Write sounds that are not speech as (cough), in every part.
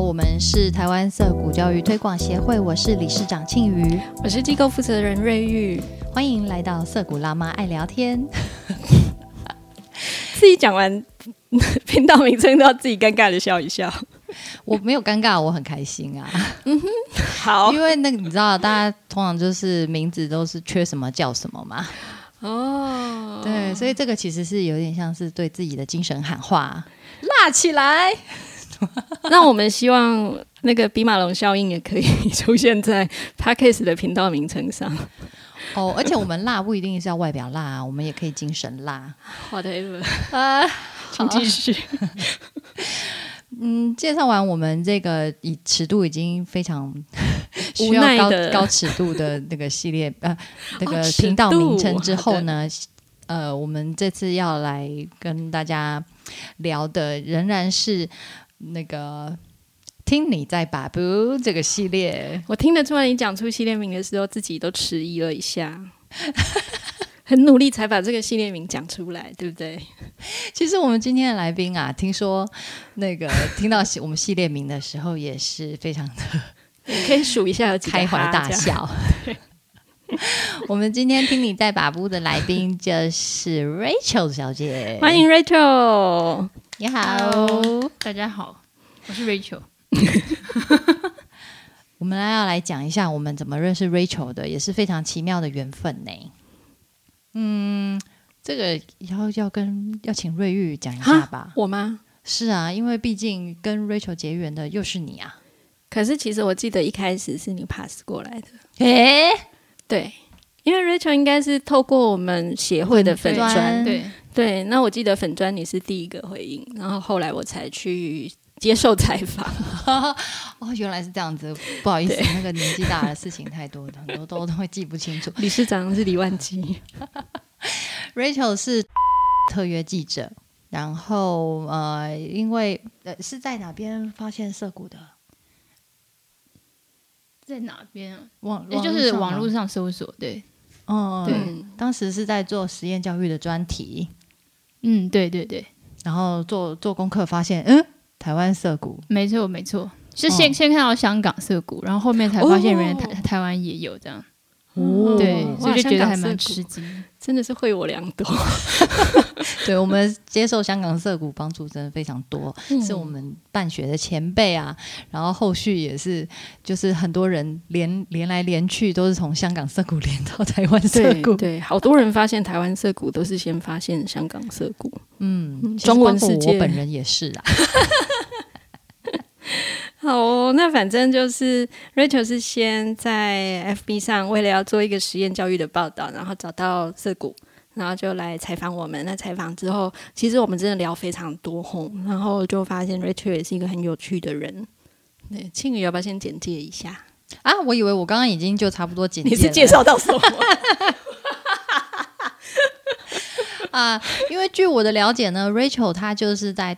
我们是台湾色谷教育推广协会，我是理事长庆瑜，我是机构负责人瑞玉，欢迎来到色谷辣妈爱聊天。自己讲完 (laughs) 频道名称都要自己尴尬的笑一笑。我没有尴尬，我很开心啊，好哦因为那个你知道，大家通常就是名字都是缺什么叫什么嘛，哦，对，所以这个其实是有点像是对自己的精神喊话。辣起来。那我们希望那个比马龙效应也可以出现在 Parkes 的频道名称上。哦，而且我们辣不一定是要外表辣啊，我们也可以精神辣。 (laughs) Whatever，啊，请继续。嗯，介绍完我们这个以尺度已经非常 (laughs) 需无奈要高的高尺度的那个系列 (laughs) 呃那个哦尺频道名称度之好后的呢，呃，我们这次要来跟大家聊的仍然是那个。听你在把不这个系列， (laughs) 我听得出来，你讲出系列名的时候，自己都迟疑了一下， (laughs) 很努力才把这个系列名讲出来，对不对？其实我们今天的来宾啊，听说那个听到系我们系列名的时候，也是非常的你 (laughs) 可以数一下有几个开怀哈大这样 (laughs) 笑。 (laughs) 我们今天听你在把布的来宾就是 Rachel 小姐，欢迎 Rachel，你 Hello 好。大家好，我是 Rachel。 (laughs) 我们来要来讲一下我们怎么认识 Rachel 的，也是非常奇妙的缘分呢。嗯，这个要要跟要请瑞玉讲一下吧。我吗？是啊，因为毕竟跟 Rachel 结缘的又是你啊。可是其实我记得一开始是你 pass 过来的，诶、对，因为 Rachel 应该是透过我们协会的粉粉砖专，对，对，那我记得粉砖你是第一个回应，然后后来我才去接受采访，哦，原来是这样子，不好意思对，那个年纪大了，事情太多，很多都都会记不清楚。 (laughs) (laughs) 理事长是李万基， Rachel 是 (laughs) 特约记者，然后呃，因为呃是在哪边发现涩谷的？在哪边啊？网也就是网络上上搜索。对，吗，嗯，对嗯当时是在做实验教育的专题，嗯，对对对，然后做做功课发现，嗯，台湾涩谷，没错没错，是先、哦先看到香港涩谷，然后后面才发现哦原来台、台湾也有这样，哦嗯对，哇所以就觉得还香港蛮涩谷吃惊。真的是惠我良多，对我们接受香港涩谷帮助真的非常多，是嗯 (laughs) 我们办学的前辈啊，然后后续也是，就是很多人连连来连去都是从香港涩谷连到台湾涩对谷，对，好多人发现台湾涩谷都是先发现香港涩谷，嗯，嗯其实包中文括世界我本人也是啊，好哦，那反正就是 Rachel 是先在 FB 上为了要做一个实验教育的报道，然后找到涩谷，然后就来采访我们。那采访之后，其实我们真的聊非常多吼，然后就发现 Rachel 也是一个很有趣的人。对，庆宇要不要先简介一下？啊，我以为我刚刚已经就差不多简介你了是介绍到什么？ (laughs) 啊、因为据我的了解呢，Rachel 她就是在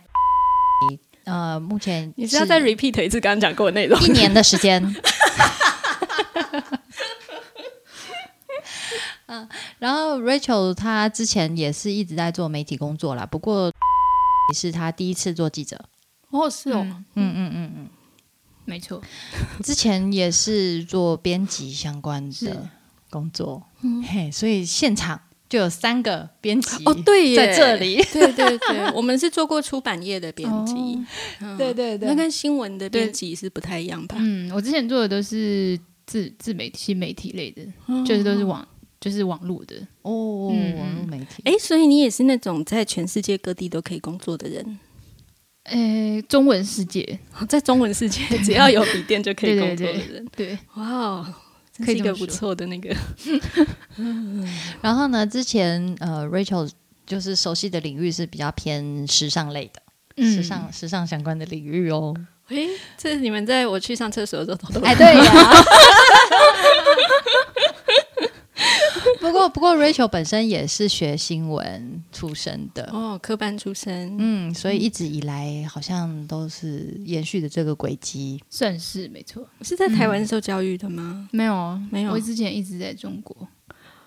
(laughs) 呃，目前你是要再 repeat 一次刚刚讲过的内容？一 (laughs) 年的时间。 (laughs) 嗯，嗯然后 Rachel 她之前也是一直在做媒体工作啦，不过是她第一次做记者。哦，是哦，嗯，嗯嗯嗯嗯，没错，之前也是做编辑相关是的工作，嘿，所以现场就有三个编辑哦，对耶，在这。里，对对对，我们是做过出版业的编辑，对对那跟新闻的编对辑是不太一样吧？嗯，我之前做的都是自自媒体、新媒体类的，就是都是网，就是网络的。哦，嗯网络媒体，哎，所以你也是那种在全世界各地都可以工作的 (laughs) 人，哦呃，中文世界，在中文世界只要有笔电就可以对工作对的对人。对，哇哦，真可是以一这个么不说错的那个。然后呢，之前呃，Rachel 就是熟悉的领域是比较偏时尚类的，嗯时尚时尚相关的领域哦。哎，这是你们在我去上厕所的时候 (laughs) 都都哎，对呀。 (laughs) 不过，不过，Rachel 本身也是学新闻出身的，哦，科班出身。嗯，所以一直以来好像都是延续的这个轨迹。算是没错。是在台湾受教育的吗？没有啊没有我之前一直在中国，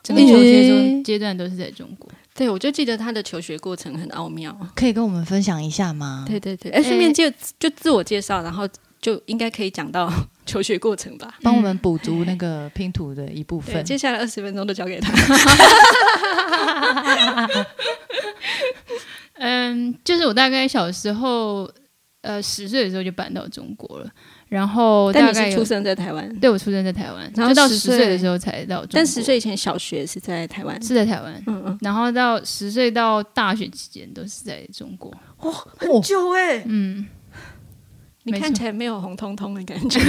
整个求学中阶段都是在中国。对，我就记得他的求学过程很奥妙。可以跟我们分享一下吗？对对对，哎，顺便诶就就自我介绍，然后就应该可以讲到 (laughs) 求学过程吧。帮我们补足那个拼图的一部对，分。接下来二十分钟都交给他。嗯，就是我大概小时候，呃，十岁的时候就搬到中国了，然后但大你概是有出生在台湾，对我出生在台湾，然后就到10十岁岁的时候才到中国，但十岁以前小学是在台湾。是在台湾，嗯嗯，然后到十岁到大学期间都是在中国，哦就哎、嗯，你没看错起来没有红彤彤的感觉。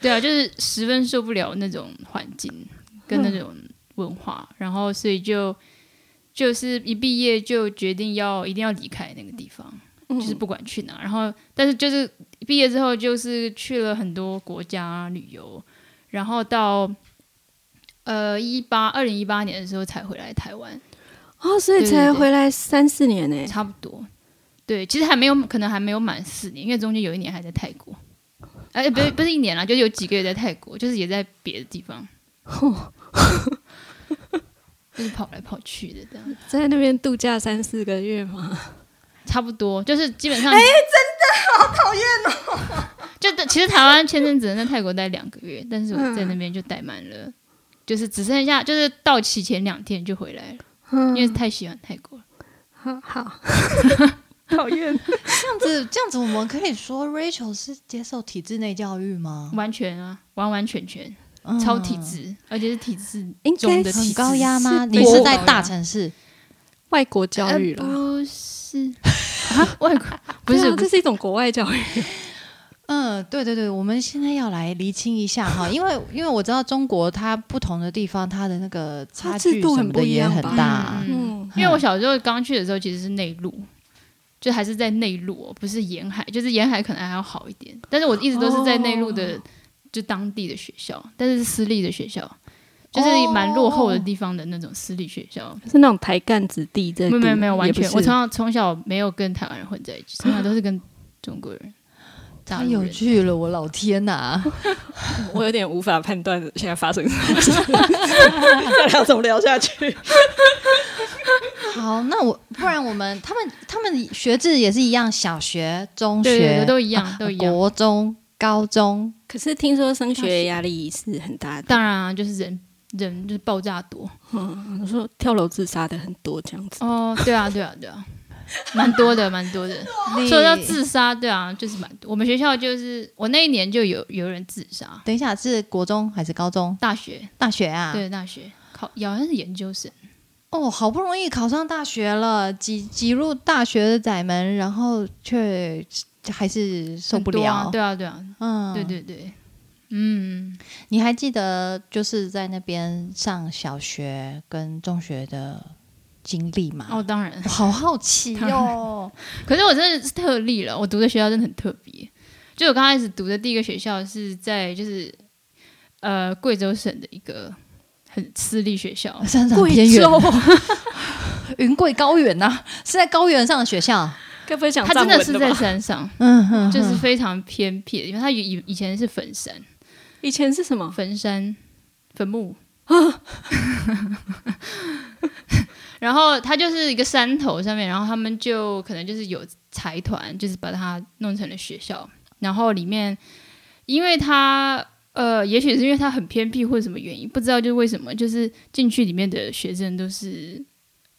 对啊，就是十分受不了那种环境跟那种文化，然后所以就就是一毕业就决定要一定要离开那个地方，就是不管去哪。然后但是就是毕业之后就是去了很多国家旅游，然后到呃一八二零一八年的时候才回来台湾， (laughs) 哦，所以对对才对回来三四年呢、差不多。对，其实还没有，可能还没有满四年，因为中间有一年还在泰国，哎、 (laughs) 不是不是一年啦，就是有几个月在泰国，就是也在别的地 (laughs) 方，就是跑来跑去的这样，在那边度假三四个月吗？差不多，就是基本上，哎、真 (laughs) 的好讨厌哦。就其实台湾签证只能在泰国待两个月，但是我在那边就待满了，就是只剩下就是到期前两天就回来了，因为太喜欢泰国了。好 (laughs) 好，讨厌。这样子，这样子，我们可以说 Rachel 是接受体制内教育吗？完全啊，完完全全、嗯超体制，而且是体制应该中的体很制。高压吗？是你是多在高大压城市，外国教育呃啦，不是啊，外国不对是啊不这是是一种国外教育。嗯，对对对，我们现在要来厘清一下哈，因为因为我知道中国它不同的地方，它的那个差制距度什很么不的一也样很吧大。嗯，因为我小时候刚去的时候其实是内陆，就还是在内陆、哦，不是沿海，就是沿海可能还要好一点，但是我一直都是在内陆的，就当地的学校，但是是私立的学校。就是蛮落后的地方的那种私立学校，是那种抬干子弟在没读，有没有没有也完不全，我是从小从小没有跟台湾人混在一起，从小都是跟中国人、大太陆有人。趣了，我老天呐！ (laughs) 我有点无法判断现在发生什么事，再聊怎么聊下去？ (laughs) 好，那我不然我们他们他们学制也是一样，小学、中对对学啊对都一样 (laughs) 都一样国中、高中， (laughs) 可是听说升学压力是很大的，当然啊，就是人人就是爆炸多。嗯，我说跳楼自杀的很多这样子，哦，对啊，对啊，对啊，蛮多的，蛮 (laughs) 多的。你说到自杀，对啊，就是蛮多。我们学校就是我那一年就有有人自杀，等一下是国中还是高中？大学大学啊？对大学考好像是研究生，哦，好不容易考上大学了，挤挤入大学的窄门，然后却还是受不很多了。啊对啊，对啊，嗯，对。对对，嗯，你还记得就是在那边上小学跟中学的经历吗？哦，当然我。好好奇 (laughs) 哟、可是我真的是特例了，我读的学校真的很特别。就我刚开始读的第一个学校是在就是呃贵州省的一个很私立学校，山长偏贵远，州， (laughs) 云贵高原呐、是在高原上的学校。该不会想它真的是在山上，嗯哼，就是非常偏僻的地方。它以以前是坟山，以前是什么？坟山坟墓 (laughs) 然后它就是一个山头上面，然后他们就可能就是有财团，就是把它弄成了学校。然后里面，因为它呃，也许是因为它很偏僻或者什么原因，不知道就是为什么，就是进去里面的学生都是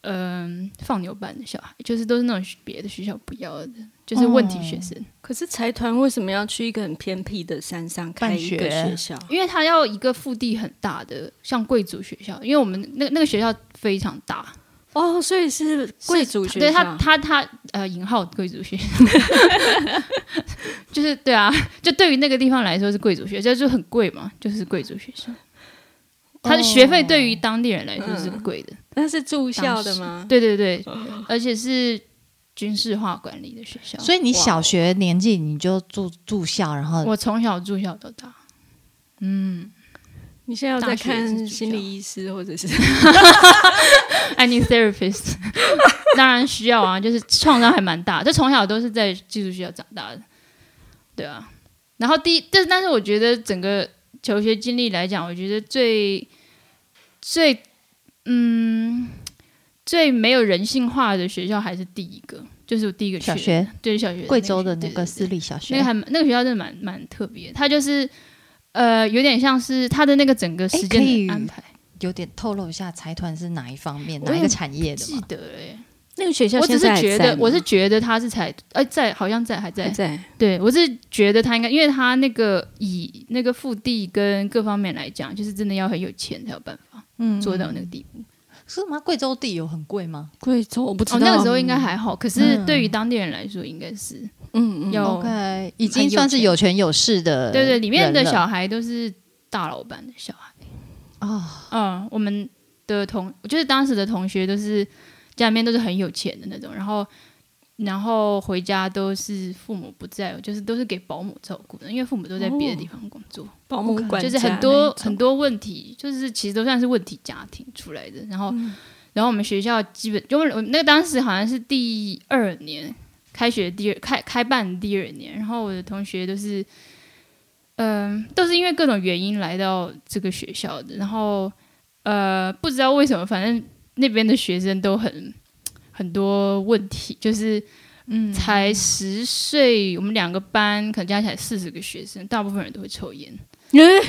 嗯、放牛班的小孩，就是都是那种别的学校不要的，就是问题学生。可是财团为什么要去一个很偏僻的山上开一个办学学校？因为他要一个腹地很大的，像贵族学校，因为我们那那个学校非常大，哦，所以是贵族学校，对他他他呃引号贵族 (laughs) 学校，就是对啊，就对于那个地方来说是贵族学校，就很贵嘛，就是贵族学校。他的学费对于哦当地人来说嗯是贵的，那是住校的吗？对对对，嗯而且是军事化管理的学校，所以以你小学年纪你就住住校，然后我从小住校到大。嗯你现在有在大学也是住看校心理医师或者是，I need therapist，当然需要啊，就是创伤还蛮大，就从小都是在寄宿学校长大的，对啊。然后第一，但但是我觉得整个求学经历来讲，我觉得最最嗯最没有人性化的学校还是第一个，就是我第一个去小的学，对小学贵州的那那学个私对对对立小学那个，还蛮那个学校真的蛮蛮特别，它就是呃有点像是它的那个整个时可间以的安排，有点透露一下财团是哪一方面、我哪一也个产业的记吗？得哎、那个学校我只现在是还觉在得吗我是觉得它是才呃在好像在还在还在，对，我是觉得他应该，因为他那个以那个腹地跟各方面来讲，就是真的要很有钱才有办法嗯做到那个地步。是吗？贵州地有很贵吗？贵州我不知道嗯哦，那个时候应该还好，可是对于当地人来说，应该是、嗯嗯要哦 OK，已很经有算是钱有权有势呃的人了，对对，里面的小孩都是大老板的小孩。啊，嗯，我们的同就是当时的同学都是家里面都是很有钱的那种，然后然后回家都是父母不在，就是都是给保姆照顾的，因为父母都在哦别的地方工作。保姆管就是家很多那种很多问题，就是其实都算是问题家庭出来的。然后，嗯然后我们学校基本，就我那当时好像是第二年开学第二开开办第二年，然后我的同学都是，嗯、都是因为各种原因来到这个学校的。然后，呃，不知道为什么，反正那边的学生都很很多问题，就是。嗯，才十岁，我们两个班可能加起来四十个学生，大部分人都会抽烟。诶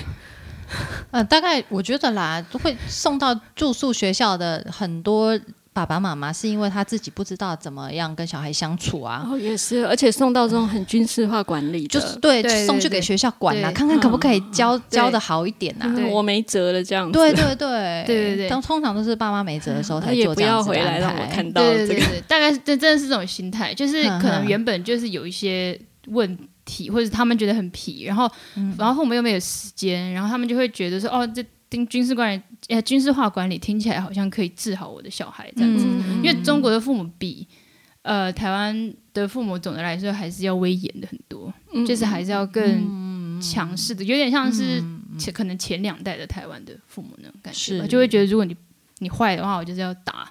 呃，大概我觉得啦，会送到住宿学校的很多爸爸妈妈是因为他自己不知道怎么样跟小孩相处然哦啊，后也是，而且送到这种很军事化管理就是的，对对对送去对给学校管啊，对嗯看看可不可以教教的好一点就啊。是对嗯我没辙了这样子，对对对对对哎当通常都是爸妈没辙的时候才他也做不这样要子的回来安让我排。看到这对对个对，对大概是这真的是这种心态，就是哼哼可能原本就是有一些问题，或者他们觉得很皮，然后、嗯然后父母又没有时间，然后他们就会觉得说，哦，这军军事管理，呃，军事化管理听起来好像可以治好我的小孩这样子，嗯因为中国的父母比。呃，台湾的父母总的来说还是要威严的很多，嗯就是还是要更强势的，有点像是前、可能前两代的台湾的父母那种感觉吧，是就会觉得如果你你坏的话，我就是要打，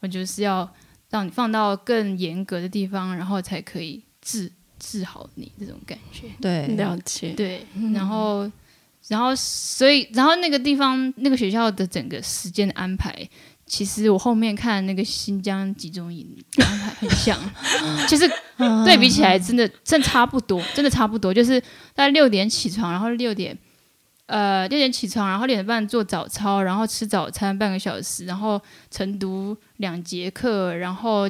我就是要让你放到更严格的地方，然后才可以治治好你这种感觉。对，了解，对，然后，然后，所以，然后那个地方，那个学校的整个时间的安排，其实我后面看那个新疆集中营的安排很像，就是对比起来，真的真的差不多，真的差不多，就是大概六点起床，然后六点。呃，六点起床，然后六点半做早操，然后吃早餐半个小时，然后晨读两节课，然后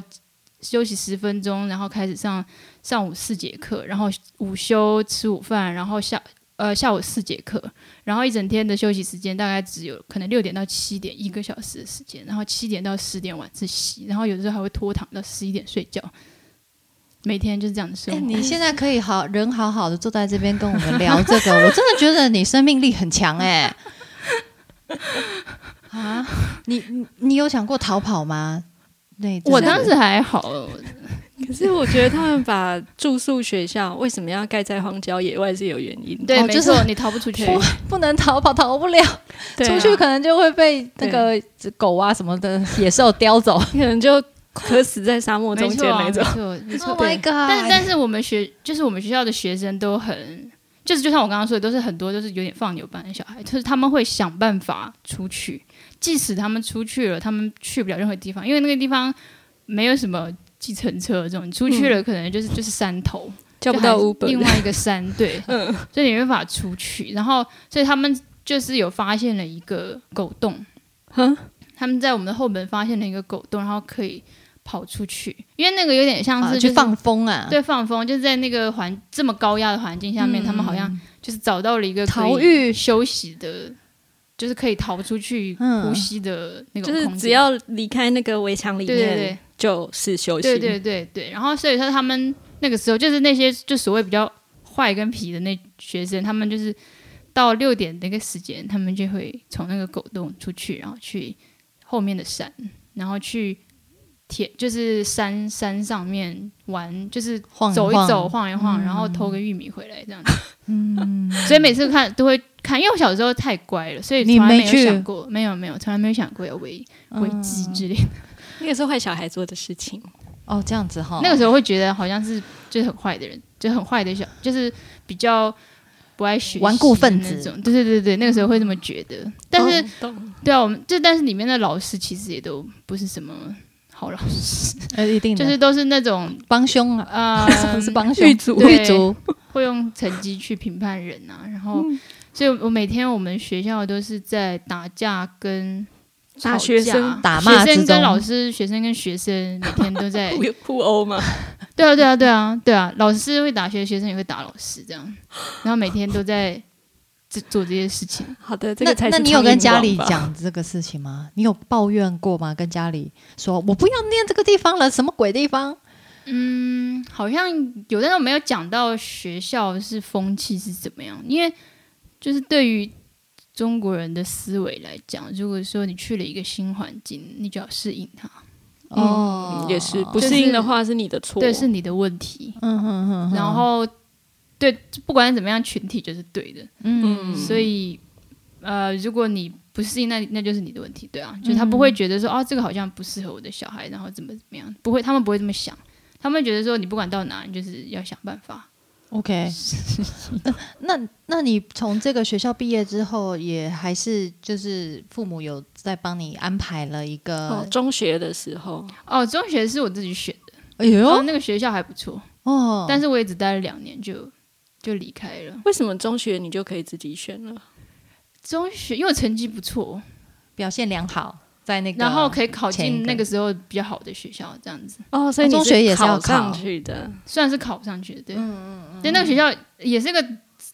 休息十分钟，然后开始上上午四节课，然后午休吃午饭，然后下呃下午四节课，然后一整天的休息时间大概只有可能六点到七点一个小时的时间，然后七点到十点晚自习，然后有的时候还会拖堂到十一点睡觉，每天就是这样的生哎，活。你现在可以好人好好的坐在这边跟我们聊 (laughs) 这个，我真的觉得你生命力很强 (laughs) 哎、啊，你你你有想过逃跑吗？对，我真的当时还好，可是我觉得他们把住宿学校为什么要盖在荒郊野外是有原因的，对，哦没就是错，你逃不出去，不不能逃跑，逃不了，对啊出去可能就会被那个狗啊什么的 (laughs) 野兽叼走。可能就渴死在沙漠中没间错啊，那没种。错，没错 Oh。my 啊对 god！但是但是我们学就是我们学校的学生都很，就是就像我刚刚说的，都是很多都是有点放牛班的小孩，就是他们会想办法出去，即使他们出去了，他们去不了任何地方，因为那个地方没有什么计程车这种，你出去了可能就是、就是山头，叫嗯不到就还是 Uber，嗯另外一个山， (laughs) 对，所以你没办法出去。然后，所以他们就是有发现了一个狗洞，哼他们在我们的后门发现了一个狗洞，然后可以跑出去，因为那个有点像啊是、去放风啊，嗯对放风，就是在那个环这么高压的环境下面，他们好嗯像就是找到了一个可以逃狱休息的，就是可以逃出去嗯呼吸的那种 (laughs) 就空间。是只要离开那个围墙里对对对面，就是休息。对对对对，然后所以说他们那个时候就是那些就所谓比较坏跟皮的那学生，他们就是到六点那个时间，他们就会从那个狗洞出去，然后去后面的山，然后去田，就是山山上面玩，就是晃走一晃嗯走，晃一晃，然后偷个玉米回来 (laughs) 这样子。嗯，所以每次看都会看，因为我小时候太乖了，所以你从来没没有去嗯想过，没有没有，从来没有想过要违违纪之类的。那个是坏小孩做的事情。哦，这样子哈。 (laughs) 那个时候会觉得好像是就是很坏的人，就很坏的小，就是比较不爱学习顽固分的那子哦种。对对对对，那个时候会这么觉得。但是懂懂对啊，我们就但是里面的老师其实也都不是什么好老师，呃，一定的就是都是那种帮凶啊，(laughs) 呃是帮凶狱卒对狱卒，会用成绩去评判人啊。然后，所以我每天我们学校都是在打架跟吵打学架生打骂学之生中跟老师、学生跟学生每天都 (laughs) 在互互殴嘛，对啊，对啊，对啊，对啊，老师会打学，学生也会打老师，这样，然后每天都在这做这些事情。好的，这那个才是那你有跟家里苍蝇王吧？讲这个事情吗？你有抱怨过吗？跟家里说我不要念这个地方了，什么鬼地方？嗯，好像有，但是我没有讲到学校是风气是怎么样，因为就是对于中国人的思维来讲，如果说你去了一个新环境，你就要适应它，哦嗯，也是不就是适应的话是你的错，哦对，是你的问题。嗯哼哼哼，然后，对，不管怎么样，群体就是对的。嗯，所以呃，如果你不适应，那那就是你的问题，对嗯啊，就是他不会觉得说、哦，这个好像不适合我的小孩，然后怎么怎么样，不会，他们不会这么想，他们会觉得说你不管到哪，你就是要想办法。 (laughs) OK，那那你从这个学校毕业之后，也还是就是父母有在帮你安排了一个，哦，中学的时候，哦，中学是我自己选的，哎呦然后那个学校还不错，哦，嗯但是我也只待了两年就就离开了。为什么中学你就可以自己选了？中学因为我成绩不错，表现良好，在那个然后可以考前一进个那个时候比较好的学校，这样子，哦，所以你中学也是要考考上去的，虽然是考上去的，对，嗯嗯对，那个学校也是个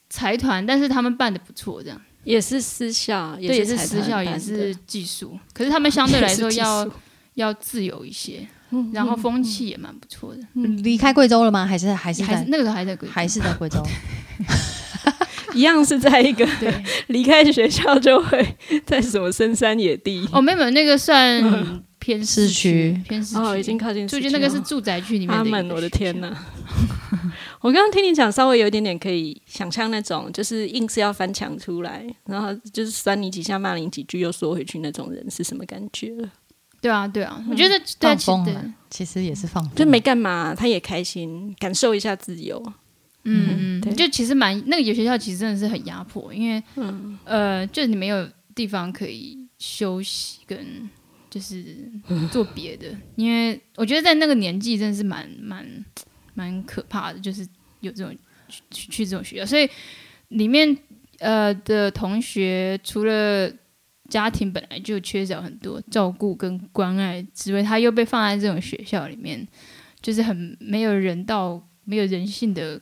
财团，但是他们办的不错，这样。也是私校，对，也是是财私团校，办也的是技术，可是他们相对来说也是技要术要自由一些，然后风气也蛮不错的，离开贵州了吗？还是还是还是在那个时候还在贵州嗯还是在贵州？一样是在一个对 (laughs) 离开学校就会 (laughs) 在什么深山野地哦，没有没有那个算偏市区区，偏市哦，已区经，靠近市就区就了。那个是住宅区里面阿的一门，个我的学天校！呐！ (laughs) 我刚刚听你讲，稍微有一点点可以想象那种，就是硬是要翻墙出来，然后就是酸你几下、骂你几句，又缩回去那种人是什么感觉了？对啊对啊，我觉得 (laughs) 对啊，放其实风对了，其实也是放风，就没干嘛，他也开心，感受一下自由。嗯对嗯，就其实蛮那个有学校其实真的是很压迫，因为呃，就你没有地方可以休息跟。就是做别的，因为我觉得在那个年纪真的是蛮蛮蛮可怕的，就是有这种去去这种学校，所以里面呃的同学除了家庭本来就缺少很多照顾跟关爱之外，他又被放在这种学校里面，就是很没有人道、没有人性的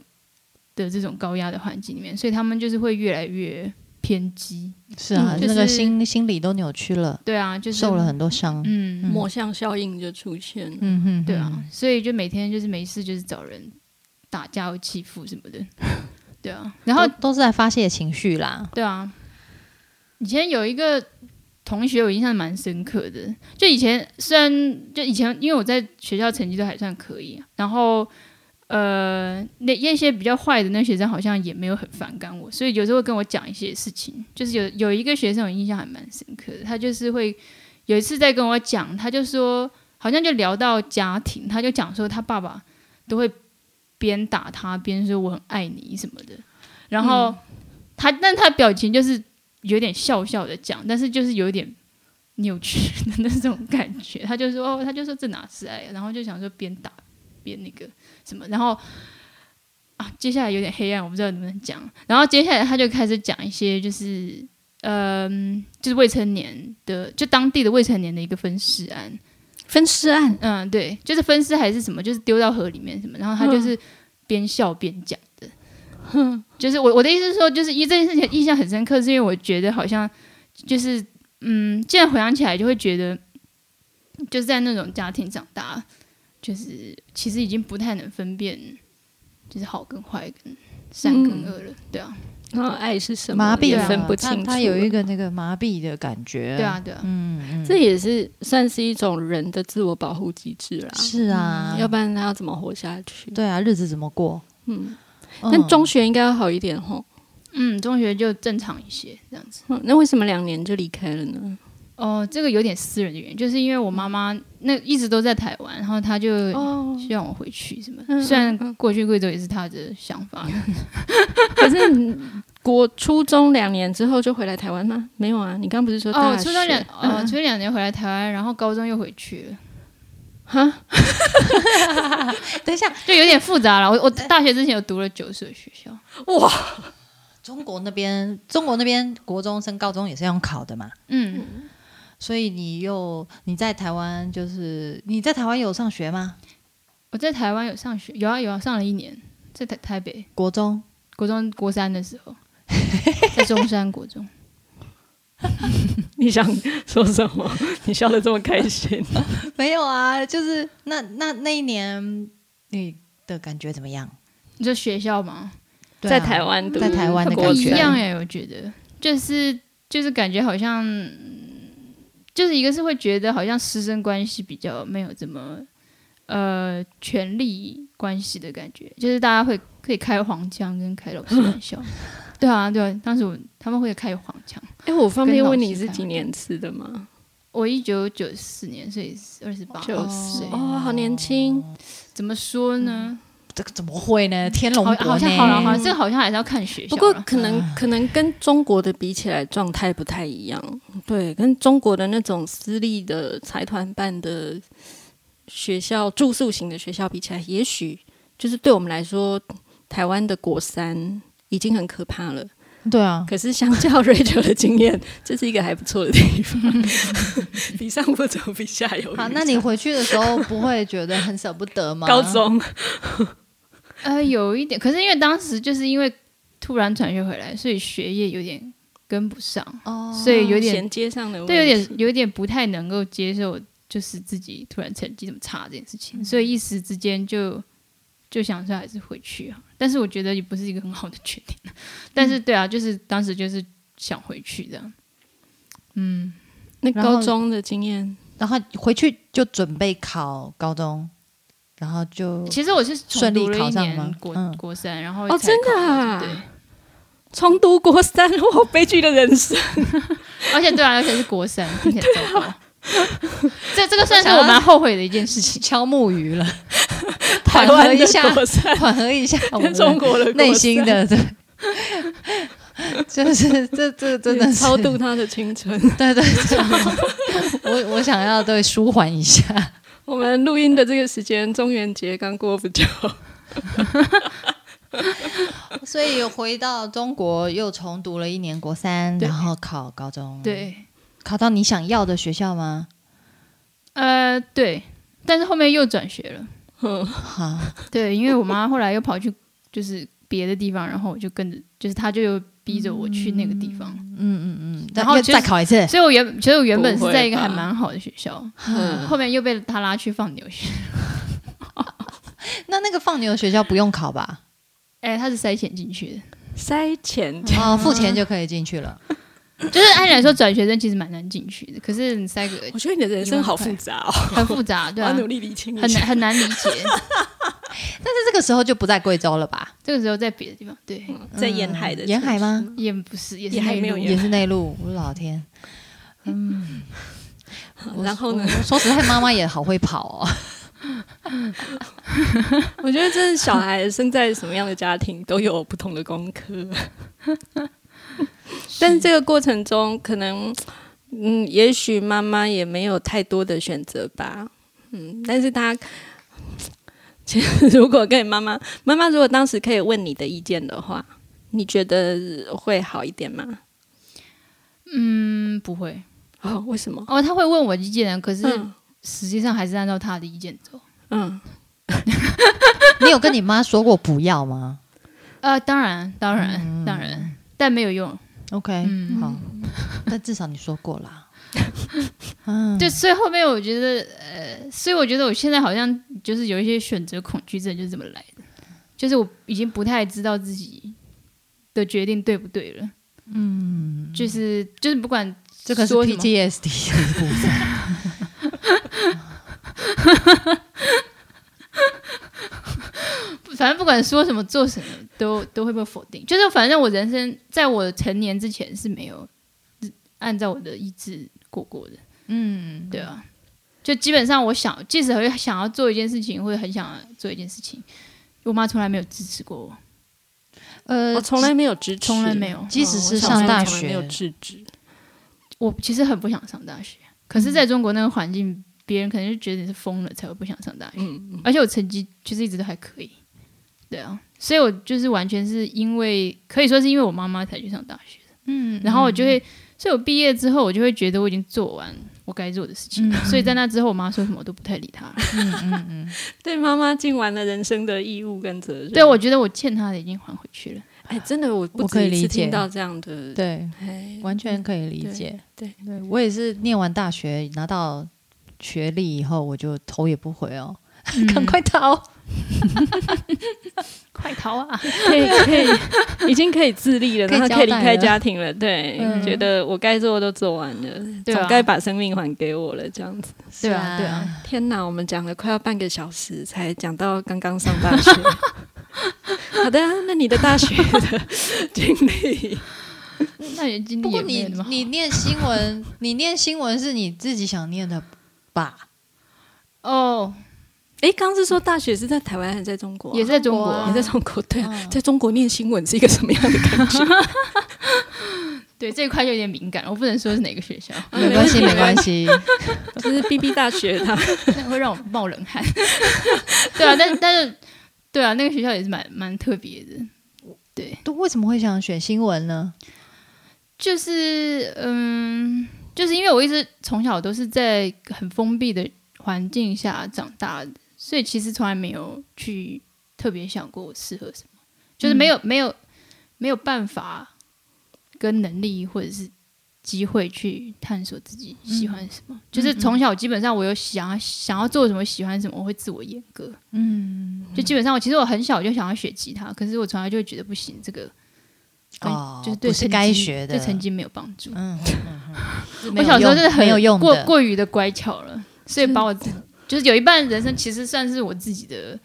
的这种高压的环境里面，所以他们就是会越来越偏激。是啊，嗯就那个是心心理都扭曲了，对啊，就是受了很多伤。嗯抹像效应就出现了。嗯哼，对啊，所以就每天就是没事就是找人打架或欺负什么的，对啊，然然后后都是在发泄情绪啦。对啊，以前有一个同学我印象蛮深刻的，就以前虽然就以前因为我在学校成绩都还算可以啊，然后呃那那些比较坏的那学生好像也没有很反感我，所以有时候会跟我讲一些事情，就是有有一个学生我印象还蛮深刻的，他就是会有一次在跟我讲，他就说好像就聊到家庭，他就讲说他爸爸都会边打他边说我很爱你什么的，然后他、但他表情就是有点笑笑的讲，但是就是有点扭曲的那种感觉，他就说哦，他就说这哪是爱啊，然后就想说边打边那个什么，然后。啊，接下来有点黑暗，我不知道能不能讲。然后接下来他就开始讲一些，就是嗯，就是未成年的，就当地的未成年的一个分尸案。分尸案，嗯，对，就是分尸还是什么，就是丢到河里面什么，然后他就是边笑边讲的。就是我我的意思是说，就是一这件事情印象很深刻，是因为我觉得好像就是嗯，现在回想起来就会觉得，就是在那种家庭长大，就是其实已经不太能分辨，就是好跟坏跟善跟恶了，对啊，然后哦爱是什么麻痹也了分不清楚了。他他有一个那个麻痹的感觉。对啊，，对啊，嗯，嗯这也是算是一种人的自我保护机制啦。是啊，要不然他要怎么活下去？对啊，日子怎么过？嗯，嗯但中学应该要好一点吼。嗯，中学就正常一些这样子。嗯那为什么两年就离开了呢？哦，这个有点私人的原因，就是因为我妈妈那一直都在台湾，然后她就哦，希望我回去什么。嗯虽然嗯嗯过去贵州也是她的想法，可是你国初中两年之后就回来台湾吗？没有啊，你刚不是说大哦，学初中两嗯哦，初中两年回来台湾，然后高中又回去了。等一下，就有点复杂了。我我大学之前有读了九所学校，哇，中国那边中国那边国中升高中也是用考的嘛，嗯，所以你又你在台湾就是你在台湾有上学吗？我在台湾有上学，有啊有啊，上了一年，在台台北国中国中国三的 (laughs) 时候，在中山国中，你想说什么？ (laughs) 你笑得这么开心？没有啊，就是那那那一年你的感觉怎么样？你说学校吗？对啊在台湾读，在台湾的不感一觉样欸哎、我觉得就是就是感觉好像，就是一个是会觉得好像师生关系比较没有这么呃权力关系的感觉，就是大家会可以开黄腔跟开老师 (laughs) 玩笑。对啊，对啊，当时我他们会开黄腔。哎，我方便跟老问师你是开几年次的吗？我一九九四年，所以是二十八。九四哦哦，好年轻，怎么说呢？这个怎么会呢？天龙好，嗯国好像呢好了，好了，这个好像还是要看学校不啦。过可能可能跟中国的比起来，状态不太一样。对，跟中国的那种私立的财团办的学校、住宿型的学校比起来，也许就是对我们来说，台湾的国三已经很可怕了。对啊，可是相较 (laughs) Rachel 的经验，这是一个还不错的地方。比上不足，比下有余。好，那你回去的时候不会觉得很舍不得吗？ (laughs) 高中呃，有一点，可是因为当时就是因为突然转学回来，所以学业有点跟不上，哦，所以有点衔接上的问题，对，有点有点不太能够接受，就是自己突然成绩这么差这件事情，所以一时之间就就想说还是回去啊。但是我觉得也不是一个很好的决定，但嗯是对啊，就是当时就是想回去这样。嗯，那然后高中的经验。然后回去就准备考高中，然后就其实我是重顺利读了考一上年吗国、嗯国三，然后哦才真的考上啊对。重读国三，我悲剧的 (laughs) 人生。而且对啊，而且是国三，听起来糟啊糕。这这个算是我蛮后悔的一件事情。敲木鱼 (laughs) 了，缓台和湾一的下，国三缓和一下 (laughs) 我们跟的中国的国内心三的 (laughs) 对。就是这这真的是超度他的青春。 (laughs) 对对 (laughs) 对，我我想要对舒缓一下，我们录音的这个时间，中元节刚过 (laughs) 不久，所以回到中国又重读了一年国三，对然后考高哦中，，对，考到你想要的学校吗？呃，对，但是后面又转学 (laughs) 了。好，对，因为我妈后来又跑去就是别的地方，然后我就跟着，就是她就又逼着我去那个地方。然后要就是再考一次，所以我原其实我原本不是会在一个吧还蛮好的学校，嗯，后面又被她拉去放牛学。 (laughs) 那那个放牛的学校不用考吧？哎，她是塞钱进去 (laughs) 的，塞钱 (laughs) 哦，付钱就可以进去了。就是按理来说转学生其实蛮难进去的，可是你塞个我觉得你的人生好复杂哦，很复杂， (laughs) 我对要啊，努力理清一很下难。很难理 (laughs) 解。但是这个时候就不在贵州了吧？这个时候在别的地方，对，在沿海的嗯沿海吗？也不是，也是也还内没有陆也是内陆，我老 (laughs) 天，城市？我嗯 (laughs) 然后呢？我说实在，妈妈也好会跑哦。 (laughs) (laughs) 我觉得这是小孩生在什么样的家庭都有不同的功课，但是这个过程中，可能嗯，也许妈妈也没有太多的选择吧，嗯，但是她。其实，如果跟你妈妈，妈妈如果当时可以问你的意见的话，你觉得会好一点吗？嗯，不会。哦，为什么？哦，他会问我意见，可是嗯实际上还是按照他的意见走。嗯，你有跟你妈说过不要吗呃，当然，当然，嗯当然，但没有用。 ？OK，嗯好， (laughs) 但至少你说过啦。嗯，就所以后面我觉得，呃，所以我觉得我现在好像就是有一些选择恐惧症，就是这么来的，就是我已经不太知道自己的决定对不对了。嗯，就是就是不管这个是说什么 PTSD 的一部分。反正不管说什么做什么，都都会被否定。就是反正我人生在我成年之前是没有按照我的意志过过的。嗯，对啊，就基本上我想，即使会想要做一件事情，或者很想做一件事情，我妈从来没有支持过我，我呃，从来没有支持，哦从来没有。即使是我小时上候大从来没有学，制止。我其实很不想上大学，可是在中国那个环境别人可能就觉得你是疯了才会不想上大学。嗯嗯，而且我成绩其实一直都还可以，对啊，所以我就是完全是因为可以说是因为我妈妈才去上大学的，嗯，然后我就会，所以我毕业之后我就会觉得我已经做完我该做的事情了，所以在那之后我妈说什么我都不太理她了，对妈妈尽完了人生的义务跟责任。 (laughs) 对我觉得我欠她的已经还回去了，哎，真的我不我可以止一次理解听到这样的，对，哎，完全可以理解。对对我也是念完大学拿到学历以后，我就头也不回哦， (laughs) 赶快逃。快逃啊！可以可以，已 (laughs) 经可以自立了，可以然后交可以离代开了家庭了。对，嗯觉得我该做的都做完了，对啊总该把生命还给我了，这样子。对啊对啊，天哪，我们讲了快要半个小时，才讲到刚刚上大学。 (laughs) 好的啊，那你的大学的经 (laughs) 历，那也经不历过也没你有那么好你念新 (laughs) 闻，你念新闻是你自己想念的吧？哦，哎，刚刚是说大学是在台湾还是在中国啊、也是在中国中国啊，啊也在中国，对啊，在中国念新闻是一个什么样的感觉？对这一块就有点敏感，我不能说是哪个 (laughs) 学校，没关系，没关系， (laughs) 系。就是 BB 大学它会让我冒冷汗。 (laughs) 对啊，但但是对啊，那个学校也是蛮蛮特别的。对，都为什么会想选新闻呢？就是嗯，就是因为我一直从小都是在很封闭的环境下长大的，所以其实从来没有去特别想过我适合什么，就是没有、没有没有办法跟能力或者是机会去探索自己喜欢什嗯么。就是从小基本上我有想要想要做什么，喜欢什么，我会自我阉割。嗯，就基本上我其实我很小就想要学吉他，可是我从来就会觉得不行，这个。跟哦就是对不是成绩该学的对成绩没有帮助。嗯，我小时候就是很没有用过的过于的乖巧了，所以把我自就是有一半人生其实算是我自己的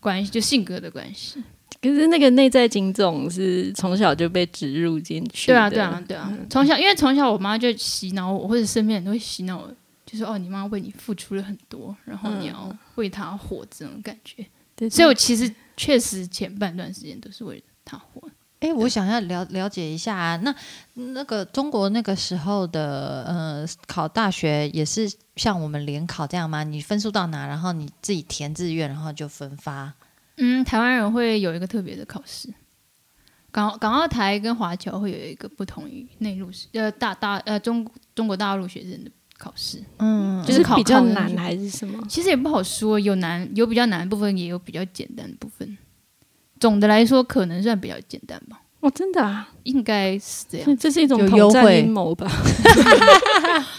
关系，就性格的关系。可是那个内在警种是从小就被植入进去对啊，的，对啊，对啊。从小因为从小我妈就洗脑我，或者身边人都会洗脑我，就说哦，你妈为你付出了很多，然后你要为她活这种感觉。对，所以我我其实确实前半段时间都是为了她活。哎，我想要了了解一下、啊，那那个中国那个时候的呃，考大学也是像我们联考这样吗？你分数到哪，然后你自己填志愿，然后就分发。嗯，台湾人会有一个特别的考试，港港澳台跟华侨会有一个不同于内陆呃大大呃中中国大陆学生的考试，嗯就是考比较考的难那还是什么？其实也不好说，有难有比较难的部分，也有比较简单的部分。总的来说，可能算比较简单吧，哦，真的啊，应该是这样这。这是一种有统优战惠阴谋吧？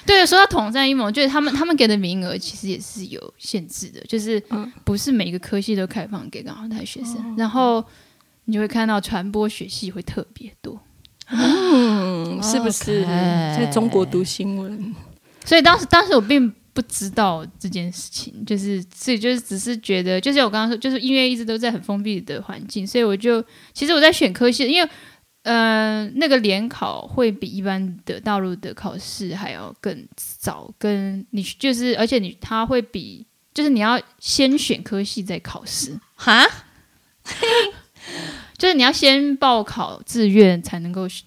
对，说到统战阴谋，就是他们他们给的名额其实也是有限制的，就是嗯不是每个科系都开放给港澳台学生。然后你就会看到传播学系会特别多，嗯，是不是 OK 在中国读新闻？所以当时当时我并不知道这件事情，就是所以就是只是觉得，就是我刚刚说，就是因为一直都在很封闭的环境，所以我就其实我在选科系，因为呃那个联考会比一般的大陆的考试还要更早，跟你就是而且你它会比就是你要先选科系再考试，哈，就是你要先报考志愿才能够选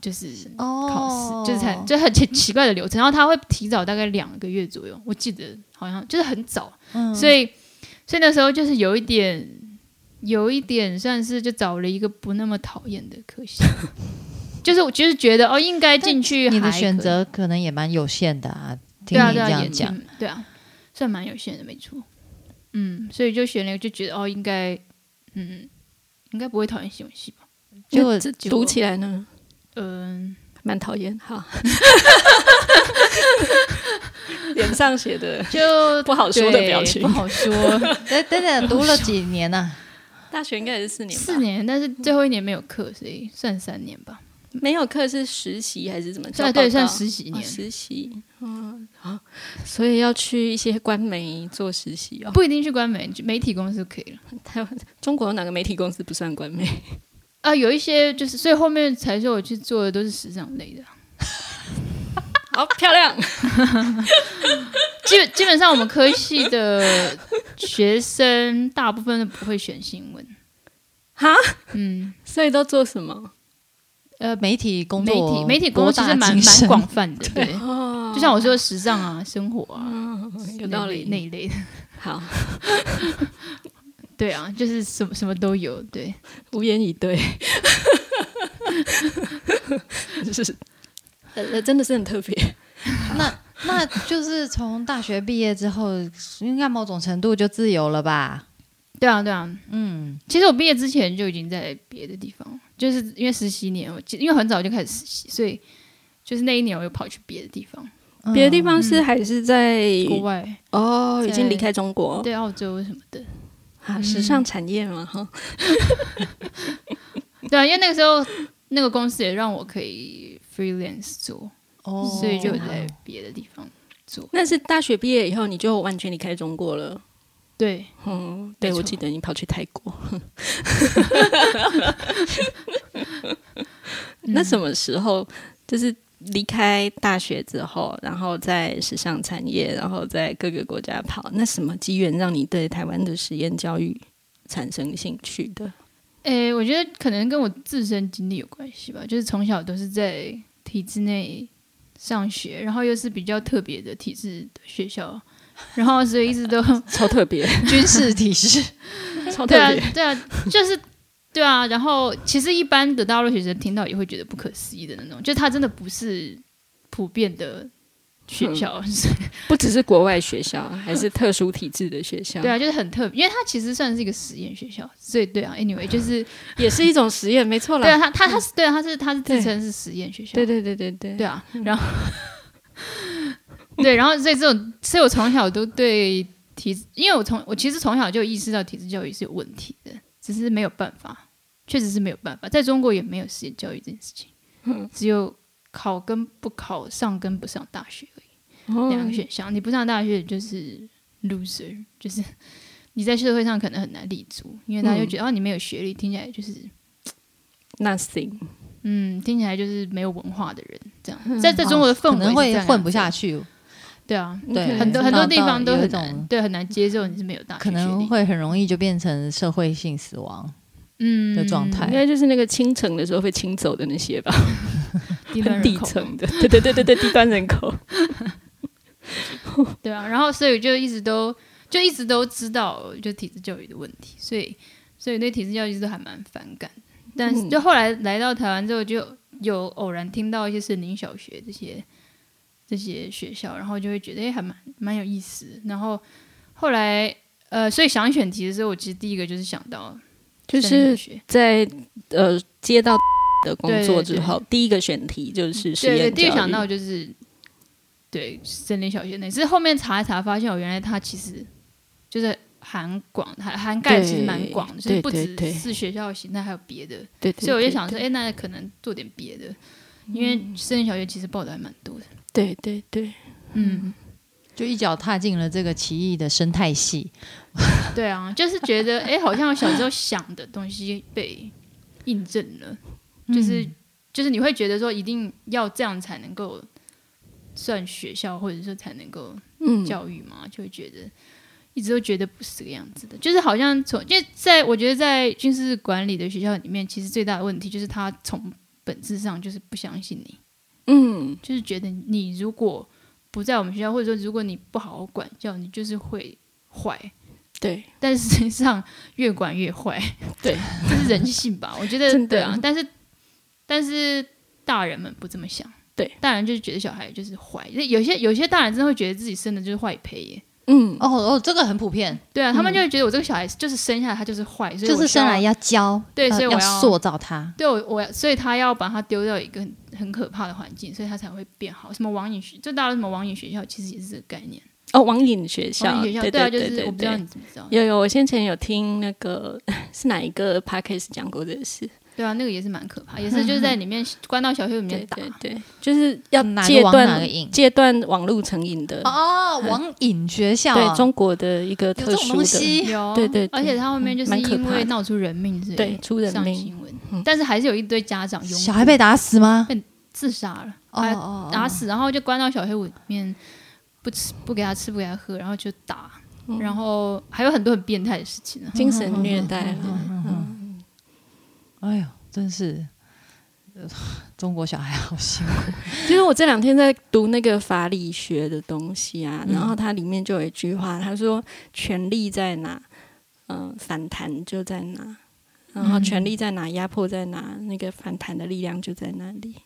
就是哦，考试，就是很就很奇 (laughs) 奇怪的流程。然后他会提早大概两个月左右，我记得好像就是很早，嗯所以所以那时候就是有一点，有一点算是就找了一个不那么讨厌的 (laughs) 科系，就是我就是觉得哦，应该进去你的还可以选择可能也蛮有限的啊。听对啊你对这啊也样 (laughs) 讲，嗯对啊，算蛮有限的，没错。嗯，所以就选了，就觉得哦，应该嗯，应该不会讨厌新闻系吧？结那果这结果读起来呢，嗯，蛮讨厌哈。 (laughs) 脸上写的就不好说的表情对不好说。等等 (laughs) 等，读了几年啊呢、大学应该也是四年吧？四年，但是最后一年没有课，所以算三年吧。没有课是实习还是怎么？对交报对，告算实习哦年，实习。嗯，好，所以要去一些官媒做实习哦。 (laughs) 不一定去官媒，媒体公司可以了。台湾中国有哪个媒体公司不算官媒？啊，有一些就是，所以后面才说我去做的都是时尚类的。 (laughs) 啊好漂亮，基本基本上我们科系的 (laughs) 学生大部分都不会选新闻。哈，嗯，所以都做什么？呃，媒体工媒作，体媒体工博作其大实蛮精蛮 (laughs) 深广泛的，对，哦，嗯就像我说，时尚啊，生活啊，有道理那一类的。 (laughs) 好，对啊，就是什么什么都有。对，无言以对， (laughs) 是，呃，真的是很特别。那那就是从大学毕业之后，应该某种程度就自由了吧？对啊，对啊。嗯，其实我毕业之前就已经在别的地方，就是因为实习年，我其因为很早就开始实习，所以就是那一年我又跑去别的地方，嗯别的地方是还是在国外，哦，已经在离开中国对澳洲什么的。啊，时尚产业嘛哈。对啊，因为那个时候 (laughs) 那个公司也让我可以 freelance 做，哦所以就在别的地方做。那是大学毕业以后，你就完全离开中国了。对，嗯，对，没错我记得你跑去泰 (laughs) 国。那什么时候就是离开大学之后，然后在时尚产业，然后在各个国家跑？那什么机缘让你对台湾的实验教育产生兴趣的？诶，我觉得可能跟我自身经历有关系吧，就是从小都是在体制内上学，然后又是比较特别的体制的学校，然后所以一直都超特别， (laughs) (laughs) 军事体 (laughs) 制，超 (laughs) 特对啊别。对啊，就是对啊，然后其实一般的大陆学生听到也会觉得不可思议的那种，就他真的不是普遍的学校，不只是国外学校，还是特殊体制的学校。对啊，就是很特别，因为它其实算是一个实验学校，所以对啊，anyway 就是也是一种实验，没错啦。对啊，他他他是对啊，他是他是自称是实验学校，对对对对对对啊，(laughs) 然后对，然后所以这种，所以我从小都对体制，因为我从我其实从小就意识到体制教育是有问题的，只是没有办法，确实是没有办法，在中国也没有实验教育这件事情，嗯只有考跟不考，上跟不上大学而已，哦嗯两个选项，你不上大学就是 loser，就是你在社会上可能很难立足，因为大家就嗯觉得、哦你没有学历，听起来就是。 ，nothing。嗯，听起来就是没有文化的人，这 (laughs) 样在在中国的可氛围能是这会样混不子下去，对啊，对很多嗯很多地方都有一很种难，对，很难接受你是没有大可学学历能会很容易就变成社会性死亡嗯的状态应该就是那个清晨的时候被清走的那些吧，低端很人底口层的，对对对对对，低端人口。对啊，然后所以我就一直都就一直都知道就体制教育的问题，所以所以对体制教育一直都还蛮反感的。但是嗯就后来来到台湾之后，就有偶然听到一些森林小学这些这些学校，然后就会觉得哎、诶还蛮蛮有意思的。然后后来呃，所以想选题的时候，我其实第一个就是想到 (laughs) 就森林小是学在呃接到的工作之后，对嗯第一个选题就是实对对，验第一教育。个想到就是对森林小学那，只是后面查一查发现，我原来它其实就是涵广，涵涵盖其实蛮广的，就是对不对只对是学校形态，还有别的。对，对所以我就对想说，对哎，那可能做点别的，因为森林小学其实报道还蛮多的。对对对，嗯，就一脚踏进了这个奇异的生态系。对啊，就是觉得哎，诶好像我小时候想的东西被印证了，就是、就是你会觉得说，一定要这样才能够算学校，或者说才能够嗯，教育嘛，就会觉得一直都觉得不是这个样子的，就是好像从因为在我觉得在军事管理的学校里面，其实最大的问题就是他从本质上就是不相信你，嗯就是觉得你如果不在我们学校，或者说如果你不好好管教，你就是会坏。对，但是实际上越管越坏，对， (laughs) 这是人性吧？我觉得真的对啊，但是但是大人们不这么想，对，大人就是觉得小孩就是坏，有些有些大人真的会觉得自己生的就是坏胚耶，嗯哦哦，这个很普遍，对啊，他们就会觉得我这个小孩就是生下来他就是坏，所以就我是需要生来要教，对呃所以我要要塑造他。对我我要所以他要把他丢到一个很很可怕的环境，所以他才会变好。什么网瘾学，就大家什么网瘾学校，其实也是这个概念。哦，网瘾学校，网瘾学校，对啊，就对是对我不知道对你知不知道，有有，我先前有听那个是哪一个 podcast 讲过这个事，对啊，那个也是蛮可 (laughs) 怕，也是就是在里面关到小黑屋里对面打。对对，就是要哪戒个网哪个断瘾？戒断网络成瘾的，哦，网瘾学校啊对中国的一个有特这种殊东的，西，(laughs) 有，对对对嗯而且他后面就是蛮可因怕的为闹出人命之类，对，，出人上命。新嗯闻，但是还是有一堆家长拥护小孩被打死吗？自杀了，哦哎哦，打死，然后就关到小黑屋里面，不吃不给他吃不给他喝，然后就打，嗯然后还有很多很变态的事情呢、嗯啊嗯精神虐待，哎呦，真是中国小孩好辛苦。其实我这两天在读那个法理学的东西啊，嗯然后它里面就有一句话，他说：“权力在哪，嗯、反弹就在哪；然后嗯权力在哪，压迫在哪，那个反弹的力量就在那里，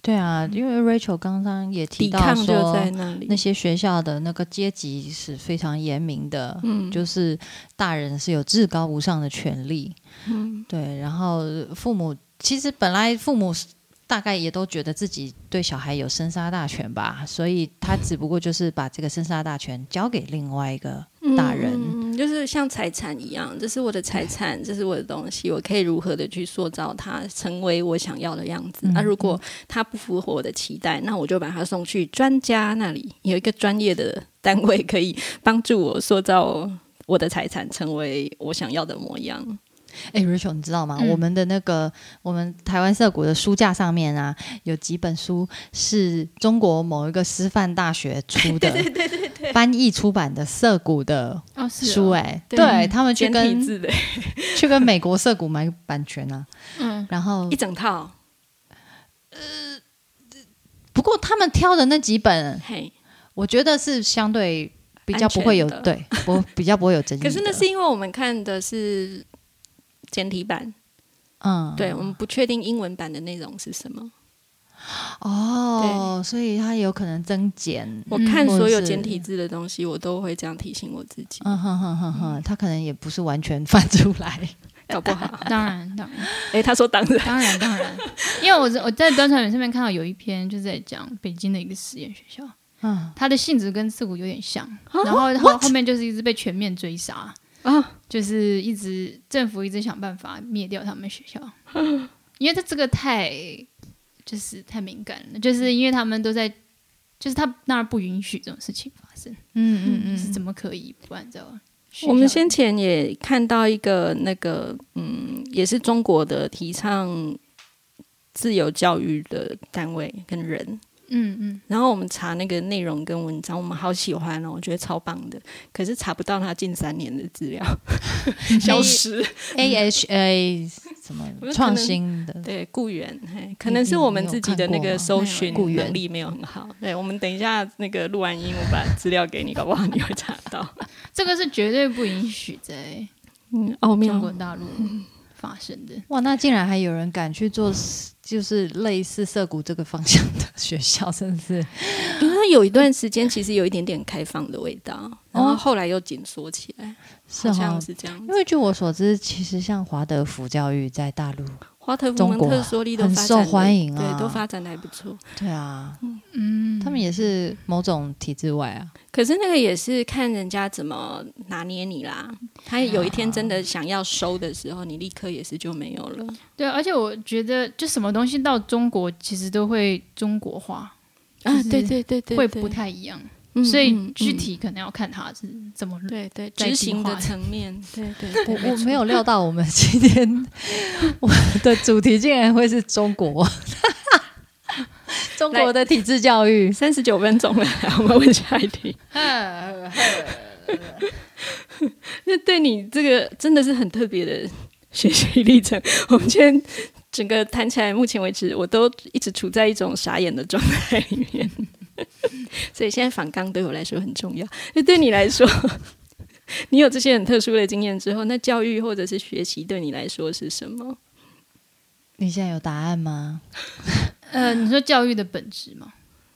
对啊，因为 Rachel 刚刚也提抵到抗就说，在那里。那些学校的那个阶级是非常严明的，嗯就是大人是有至高无上的权利，嗯对，然后父母其实本来父母大概也都觉得自己对小孩有生杀大权吧，所以他只不过就是把这个生杀大权交给另外一个，大人嗯就是像财产一样，这是我的财产，这是我的东西，我可以如何的去塑造它，成为我想要的样子。那、嗯如果它不符合我的期待，那我就把它送去专家那里，有一个专业的 (laughs) 单位可以帮助我塑造我的财产成为我想要的模样。哎，Rachel，你知道吗？嗯我们的那个我们台湾涩谷的书架上面啊，有几本书是中国某一个师范大学出 (laughs) 的，对对对对翻译出版的涩谷的哦，是书哦哎、啊对对他们去简体跟嗯字的 (laughs) 去跟美国涩谷买版权啊，嗯，然后一整套，不过他们挑的那几本，嘿。我觉得是相对比较安全不会有的对不比较不会有争议嗯的，可是那是因为我们看的是简体版，嗯对我们不确定英文版的内容是什么。哦，所以它有可能增减。我看所有或者是简体字的东西，我都会这样提醒我自己，嗯哼哼哼哼，他可能也不是完全翻出来。 (laughs) 搞不 (laughs) 好。当然当然诶，他说当 (laughs) 然，当然当 (laughs) 然，因为我在我在短传媒上面看到有一篇就是在讲北京的一个实验学校，嗯，它的性质跟刺骨有点像，然后后后面就是一直被全面追杀啊，就是一直政府一直想办法灭掉他们学 (laughs) 校，因为它这个太就是太敏感了，就是因为他们都在，就是他那儿不允许这种事情发生，嗯嗯就是嗯，怎么可以不按照学校我们先前也看到一个那个，嗯，也是中国的提倡自由教育的单位跟人，嗯嗯然后我们查那个内容跟文章，我们好喜欢哦，我觉得超棒的，可是查不到他近三年的资料，消失。 A H A 什么 (laughs) 我就可能创新的？对，雇员，嘿，可能是我们自己的你那有个看过搜吗寻雇员能力没有很好。对，我们等一下那个录完音，我把资料给你，搞不好你会查到。这个是绝对不允许在嗯，奥中国大陆发生的。哇，那竟然还有人敢去做，就是类似涩谷这个方向的学校，真是因为它有一段时间其实有一点点开放的味道，然后哦后来又紧缩起来，是好哈像。是这哦样因子。为据我所知，其实像华德福教育在大陆，华特福中蒙国特梭利都很发受展得欢迎啊对，都发展的还不错。对啊，嗯，他们也是某种体制外啊。可是那个也是看人家怎么拿捏你啦。他有一天真的想要收的时候，你立刻也是就没有了。对，啊而且我觉得，就什么东西到中国，其实都会中国化，啊，就是对对对对，会对不，太一样。嗯所以嗯具嗯体可能要看它是怎么录。对对，在执进行的化层面，对对我 (laughs) 对，我没有料到我们今天我的主题竟然会是中国， (laughs) 中国的体制教育。三十九分钟了， (laughs) 我们问下一题。那对你这个真的是很特别的学习历程。 (laughs) 我们今天整个谈起来，目前为止我都一直处在一种傻眼的状态里面， (laughs) 所以现在反纲对我来说很重要。那对你来说， (laughs) 你有这些很特殊的经验之后，那教育或者是学习对你来说是什么？你现在有答案吗？呃，你说教育的本质吗？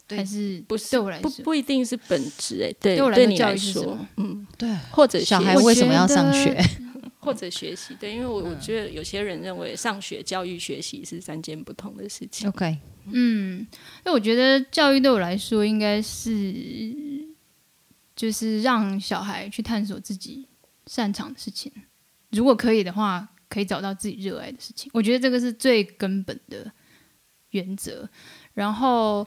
对还是不是对我来不说？不一定是本质哎、对，对我来对说你教来育是什说么，嗯，对，或者小学孩习为什么要上我觉学？或者学习，对，因为我嗯我觉得有些人认为上学、教育、学习是三件不同的事情。 OK，嗯，那我觉得教育对我来说应该是，就是让小孩去探索自己擅长的事情，如果可以的话，可以找到自己热爱的事情。我觉得这个是最根本的原则。然后，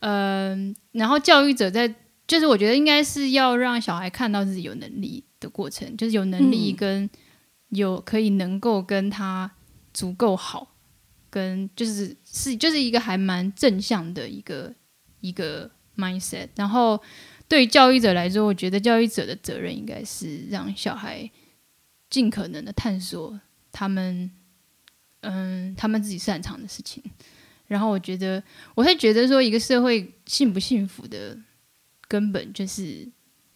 嗯、然后教育者在，就是我觉得应该是要让小孩看到自己有能力的过程，就是有能力嗯跟有可以能够跟他足够好，跟就是是就是一个还蛮正向的一个一个 mindset。然后对于教育者来说，我觉得教育者的责任应该是让小孩尽可能的探索他们嗯他们自己擅长的事情。然后我觉得，我会觉得说，一个社会幸不幸福的根本就是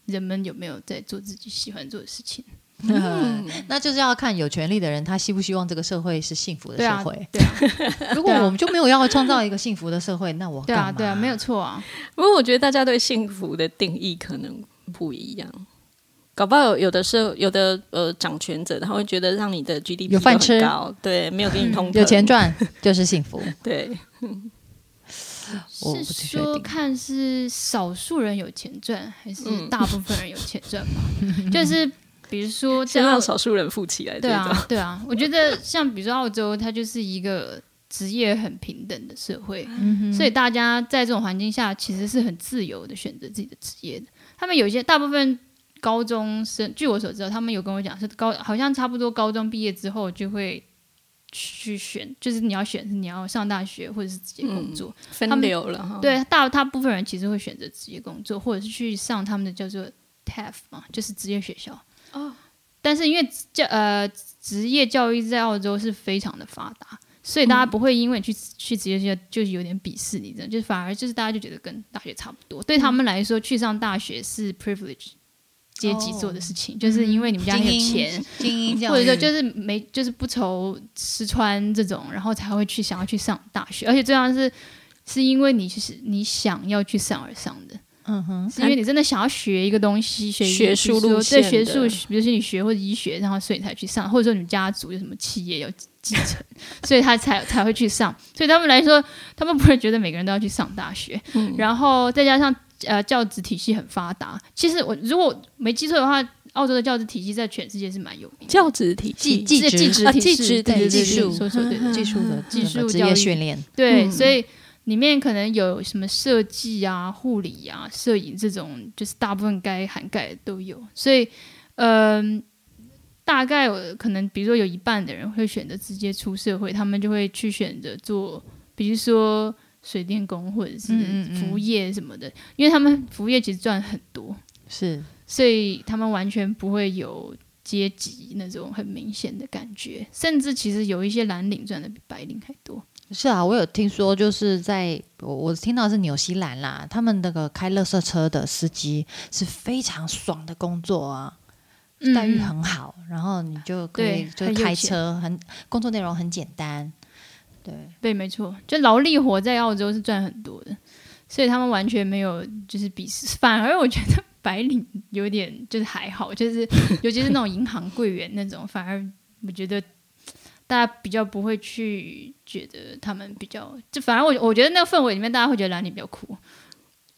人们有没有在做自己喜欢做的事情。嗯，那就是要看有权利的人他希不希望这个社会是幸福的对社啊会。，对啊，如果我们就没有要创造一个幸福的社会，那我 (laughs) 对干嘛啊，对啊，没有错啊。不过我觉得大家对幸福的定义可能不一样，搞不好有有的是有的呃掌权者他会觉得让你的 GDP 有饭吃都很高，对，嗯没有给你通膨有钱，赚就是幸福。对，啊我不是确说定看是少数人有钱赚，还是嗯大部分人有钱赚吧？就是比如说先像让少数人富起来，对这种啊，对啊，我觉得像比如说澳洲，它就是一个职业很平等的社会，嗯所以大家在这种环境下其实是很自由的选择自己的职业的。他们有一些大部分高中生，据我所知道，他们有跟我讲是高，好像差不多高中毕业之后就会。去选，就是你要选，你要上大学或者是直接工嗯作。分流了哈，，对，大大部分人其实会选择职业工作，或者是去上他们的叫做 TAFE 嘛，就是职业学校。哦。但是因为教呃职业教育在澳洲是非常的发达，所以大家不会因为你去、去职业学校就有点鄙视你，这样就反而就是大家就觉得跟大学差不多。对他们来说，去上大学是 privilege 阶级做的事情，就是因为你们家很有钱，嗯精英这样，或者说就是没就是不愁吃穿这种，然后才会去想要去上大学，而且这样是是因为你是你想要去上而上的，嗯哼，是因为你真的想要学一个东西，学学术比如说路线对学术的，比如说你学或者医学，然后所以你才去上，或者说你们家族有什么企业要继承， (laughs) 所以他才才会去上，所以他们来说，他们不会觉得每个人都要去上大学，嗯然后再加上呃教职体系很发达，其实我如果没记错的话。澳洲的教职体系在全世界是蛮有名的，教职体技系，技是技职职啊体技系职对对技技术术说说对的技术的整技个术职教业育训练，对，嗯所以里面可能有什么设计啊、护理啊、摄影这种，就是大部分该涵盖的都有。所以，嗯、大概我可能比如说有一半的人会选择直接出社会，他们就会去选择做，比如说水电工或者是嗯嗯嗯服务业什么的，因为他们服务业其实赚很多。是所以他们完全不会有阶级那种很明显的感觉，甚至其实有一些蓝领赚的比白领还多。是啊，我有听说，就是在我我听到是纽西兰啦，他们那个开垃圾车的司机是非常爽的工作啊，待遇很好，然后你就可以嗯对就很有开车，很工作内容很简单，对，对，没错，就劳力活在澳洲是赚很多的，所以他们完全没有就是鄙视，反而我觉得白领有点就是还好，就是 (laughs) 尤其是那种银行柜员那种，反而我觉得大家比较不会去觉得他们比较，就反而我我觉得那个氛围里面，大家会觉得蓝领比较酷，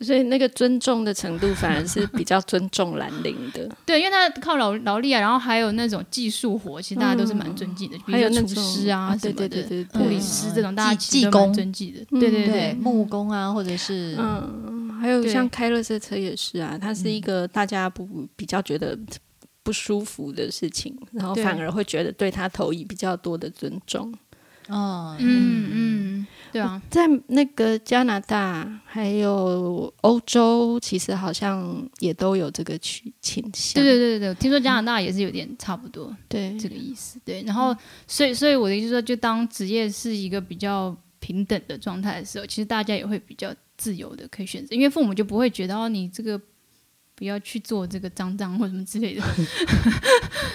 所以那个尊重的程度反而是比较尊重兰陵 (laughs) 的，对，因为他靠劳劳力啊，然后还有那种技术活，其实大家都是蛮尊敬的，比嗯还有如那说种厨师啊什对么的，对对对对，护理师这种，大家技其实技都蛮工尊敬的。嗯对对对，对木工啊，或者是嗯，还有对像开乐色车也是啊，它是一个大家不比较觉得不舒服的事情，然后对反而会觉得对他投以比较多的尊重。哦，嗯嗯，对啊，在那个加拿大还有欧洲，其实好像也都有这个趋倾向。对对对对对，听说加拿大也是有点差不多对这个意思。对，然后所以所以我的意思是说，就当职业是一个比较平等的状态的时候，其实大家也会比较自由的可以选择，因为父母就不会觉得哦你这个。不要去做这个脏脏或什么之类的， (laughs)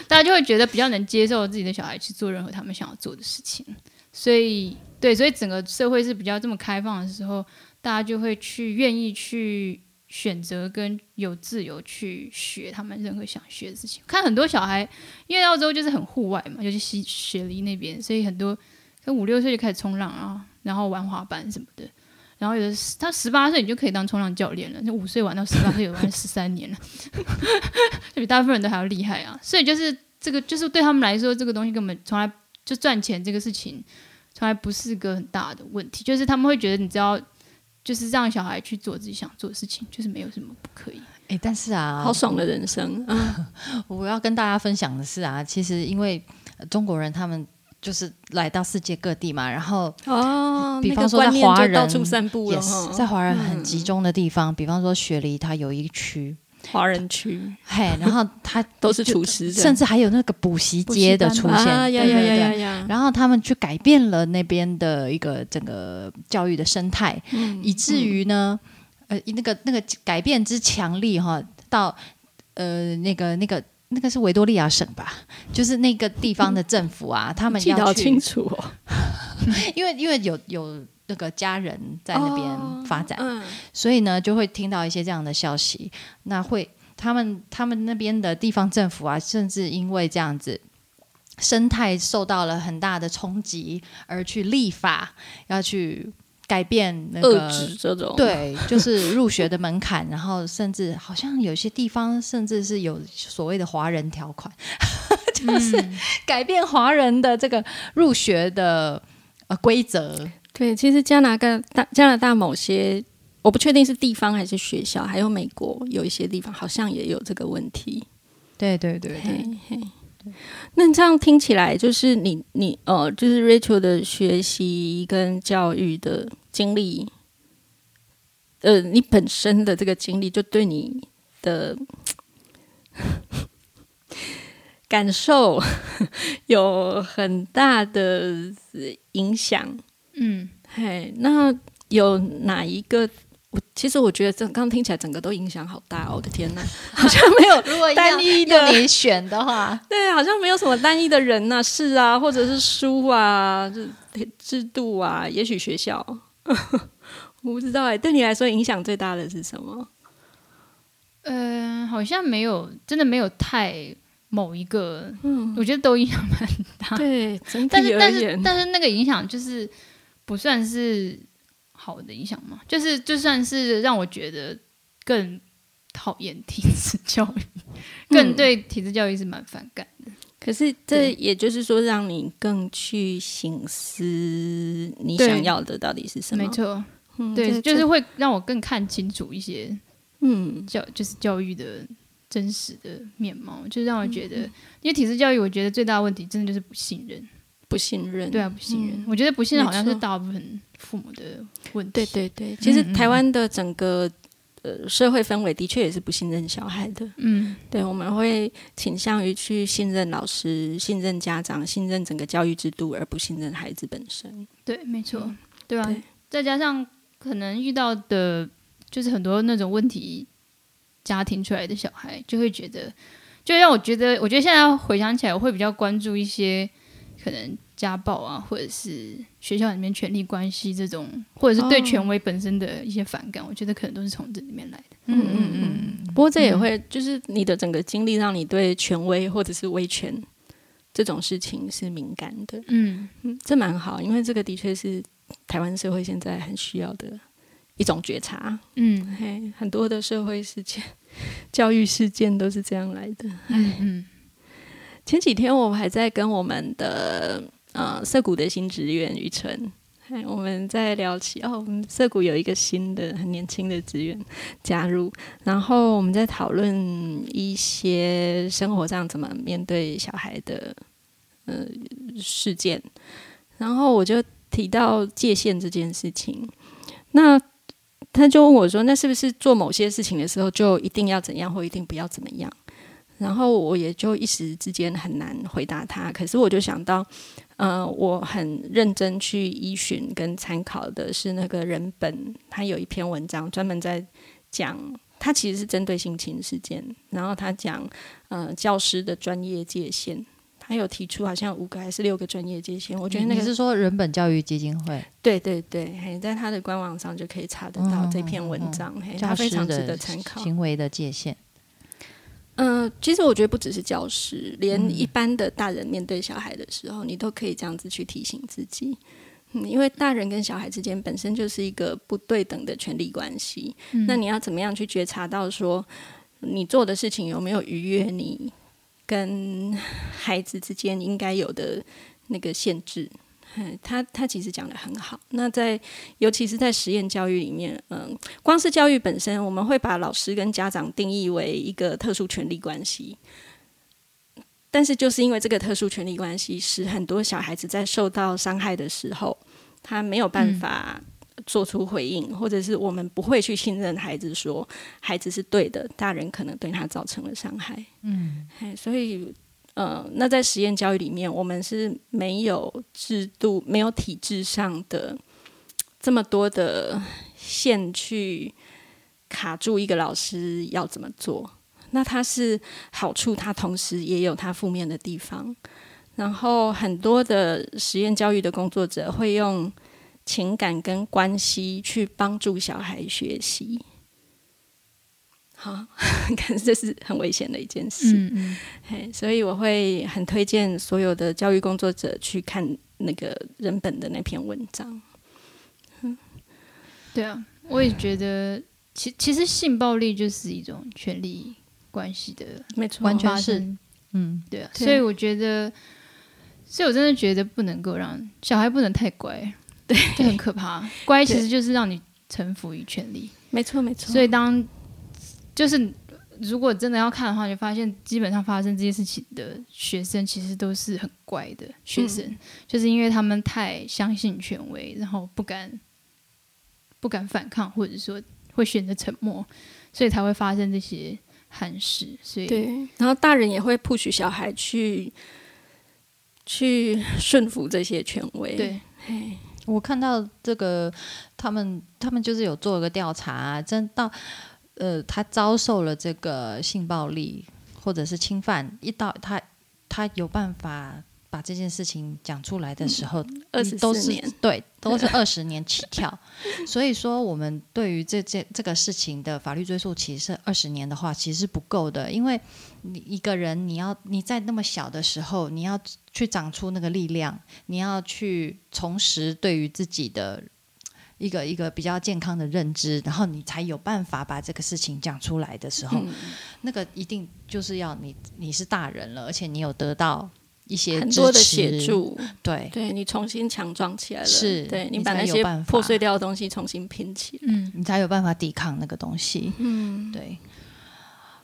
大家就会觉得比较能接受自己的小孩去做任何他们想要做的事情，所以对，所以整个社会是比较这么开放的时候，大家就会去愿意去选择跟有自由去学他们任何想学的事情。看很多小孩，因为澳洲就是很户外嘛，尤其西雪梨那边，所以很多跟五六岁就开始冲浪啊，然后玩滑板什么的。然后有的是他十八岁你就可以当冲浪教练了，就五岁玩到十八岁，有的玩十三年了， (laughs) 就比大部分人都还要厉害啊。所以就是这个，就是对他们来说，这个东西根本从来就赚钱这个事情，从来不是个很大的问题。就是他们会觉得，你只要就是让小孩去做自己想做的事情，就是没有什么不可以。哎，但是啊，好爽的人生啊！我要跟大家分享的是啊，其实因为呃中国人他们就是来到世界各地嘛，然后哦，比那方个说在观念华就到人处散步也了嗯是哈。在华人很集中的地方，比方说雪梨，它有一区华人区嘿， (laughs) 然后他都是就厨师这样，甚至还有那个补习街的出现，啊呀对呀对呀对呀呀，然后他们去改变了那边的一个整个教育的生态，嗯以至于呢，呃，那个那个改变之强力哈，到呃那个那个那个是维多利亚省吧，就是那个地方的政府啊，他们记得要好去清，楚哦，因为因为有有那个家人在那边发展，嗯，所以呢，就会听到一些这样的消息。那会他们他们那边的地方政府啊，甚至因为这样子。生态受到了很大的冲击，而去立法要去改变那个遏制这种，对，就是入学的门槛，然后甚至好像有些地方甚至是有所谓的华人条款， (laughs) 就是嗯改变华人的这个入学的呃规则。对，其实加拿大大加拿大某些，我不确定是地方还是学校，还有美国有一些地方好像也有这个问题。对对对对，那这样听起来，就是你你呃，就是 Rachel 的学习跟教育的经历，呃，你本身的这个经历，就对你的感受有很大的影响。嗯，嘿，那有哪一个？我其实我觉得这刚听起来整个都影响好大哦！我的天哪，好像没有 (laughs) 如果要单一的要你选的话，对，好像没有什么单一的人呐、事 (laughs) 啊，或者是书啊，制制度啊，也许学校， (laughs) 我不知道哎、对你来说影响最大的是什么？呃，好像没有，真的没有太某一 (laughs) 个，我觉得都影响蛮大。嗯对，整但是体而但是言，但是那个影响就是不算是好的影响嘛，就是就算是让我觉得更讨厌体制教育，更对体制教育是蛮反感的。嗯可是这也就是说，让你更去醒思你对想要的到底是什么没。错，嗯对，这就是这会让我更看清楚一些嗯，教就是教育的真实的面貌，就让我嗯觉得，因为体制教育，我觉得最大的问题真的就是不信任。不信任。对啊，不信任，我觉得不信任好嗯像没是错大部分父母的问题。对对对，其实台湾的整个呃社会氛围的确也是不信任小孩的。嗯，对，我们会倾向于去信任老师、信任家长、信任整个教育制度，而不信任孩子本身。对，没错，对啊嗯对再加上可能遇到的，就是很多那种问题家庭出来的小孩，就会觉得，就让我觉得，我觉得现在回想起来，我会比较关注一些可能家暴啊，或者是学校里面权力关系这种，或者是对哦权威本身的一些反感，我觉得可能都是从这里面来的。嗯嗯嗯，不过这也会，就是你的整个经历让你对权威或者是威权这种事情是敏感的。嗯，嗯，这蛮好，因为这个的确是台湾社会现在很需要的一种觉察。嗯嘿，很多的社会事件、 (laughs) 教育事件都是这样来的。嗯嗯，前几天我还在跟我们的呃涩谷的新职员于晨，哎，我们在聊起哦，我们涩谷有一个新的很年轻的职员加入，然后我们在讨论一些生活上怎么面对小孩的呃事件，然后我就提到界限这件事情，那。他就问我说：“那是不是做某些事情的时候就一定要怎样，或一定不要怎么样？”然后我也就一时之间很难回答他。可是我就想到，呃，我很认真去依循跟参考的是那个人本，他有一篇文章专门在讲，他其实是针对性侵事件，然后他讲，呃，教师的专业界限。他有提出好像五个还是六个专业界限， (laughs) 我我觉得那个是说人本教育基金会对对对，嘿，在他的官网上就可以查得到这篇文章，嘿，他教非师常值的得参考。行为的界限，嗯、其实我觉得不只是教师，连一般的大人面对小孩的时候，你都可以这样子去提醒自己。嗯，因为大人跟小孩之间本身就是一个不对等的权利关系，那你要怎么样去觉察到说你做的事情有没有逾越你跟孩子之间应该有的那个限制？嗯，他他其实讲的很好。那在尤其是在实验教育里面，嗯，光是教育本身，我们会把老师跟家长定义为一个特殊权利关系。但是就是因为这个特殊权利关系，使很多小孩子在受到伤害的时候，他没有办法做出回应，或者是我们不会去信任孩子说孩子是对的，大人可能对他造成了伤害。嗯，哎，所以呃，那在实验教育里面，我们是没有制度、没有体制上的这么多的线去卡住一个老师要怎么做。那它是好处，它同时也有它负面的地方。然后很多的实验教育的工作者会用情感跟关系去帮助小孩学习。好， (laughs) 看这是很危险的一件事。嗯嗯，嘿，所以我会很推荐所有的教育工作者去看那个人本的那篇文章。对啊，我也觉得，其其实性暴力就是一种权力关系的没错，完全发是生，嗯，对啊，对所以我觉得，所以我真的觉得不能够让小孩不能太乖，对，就很可怕。乖其实就是让你臣服于权力，没错，没错。所以当就是如果真的要看的话，你就发现基本上发生这些事情的学生其实都是很乖的学生，就是因为他们太相信权威，然后不敢不敢反抗，或者说会选择沉默，所以才会发生这些憾事。所以对，然后大人也会 push 小孩去去顺服这些权威。嗯对嘿，我看到这个，他们他们就是有做一个调查、啊真到呃，他遭受了这个性暴力或者是侵犯，一到他他有办法把这件事情讲出来的时候，二你十嗯都四是年，对，都是二十年起跳。 (laughs) 所以说，我们对于这件这个事情的法律追溯期是二十年的话，其实是不够的，因为你一个人，你要你在那么小的时候，你要去长出那个力量，你要去重拾对于自己的。一个一个比较健康的认知，然后你才有办法把这个事情讲出来的时候，嗯那个一定就是要你你是大人了，而且你有得到一些很支多的持协，助，对，对你重新强壮起来了，是对你你把才那有些办法破碎掉的东西重新拼起来。嗯，你才有办法抵抗那个东西。嗯，对。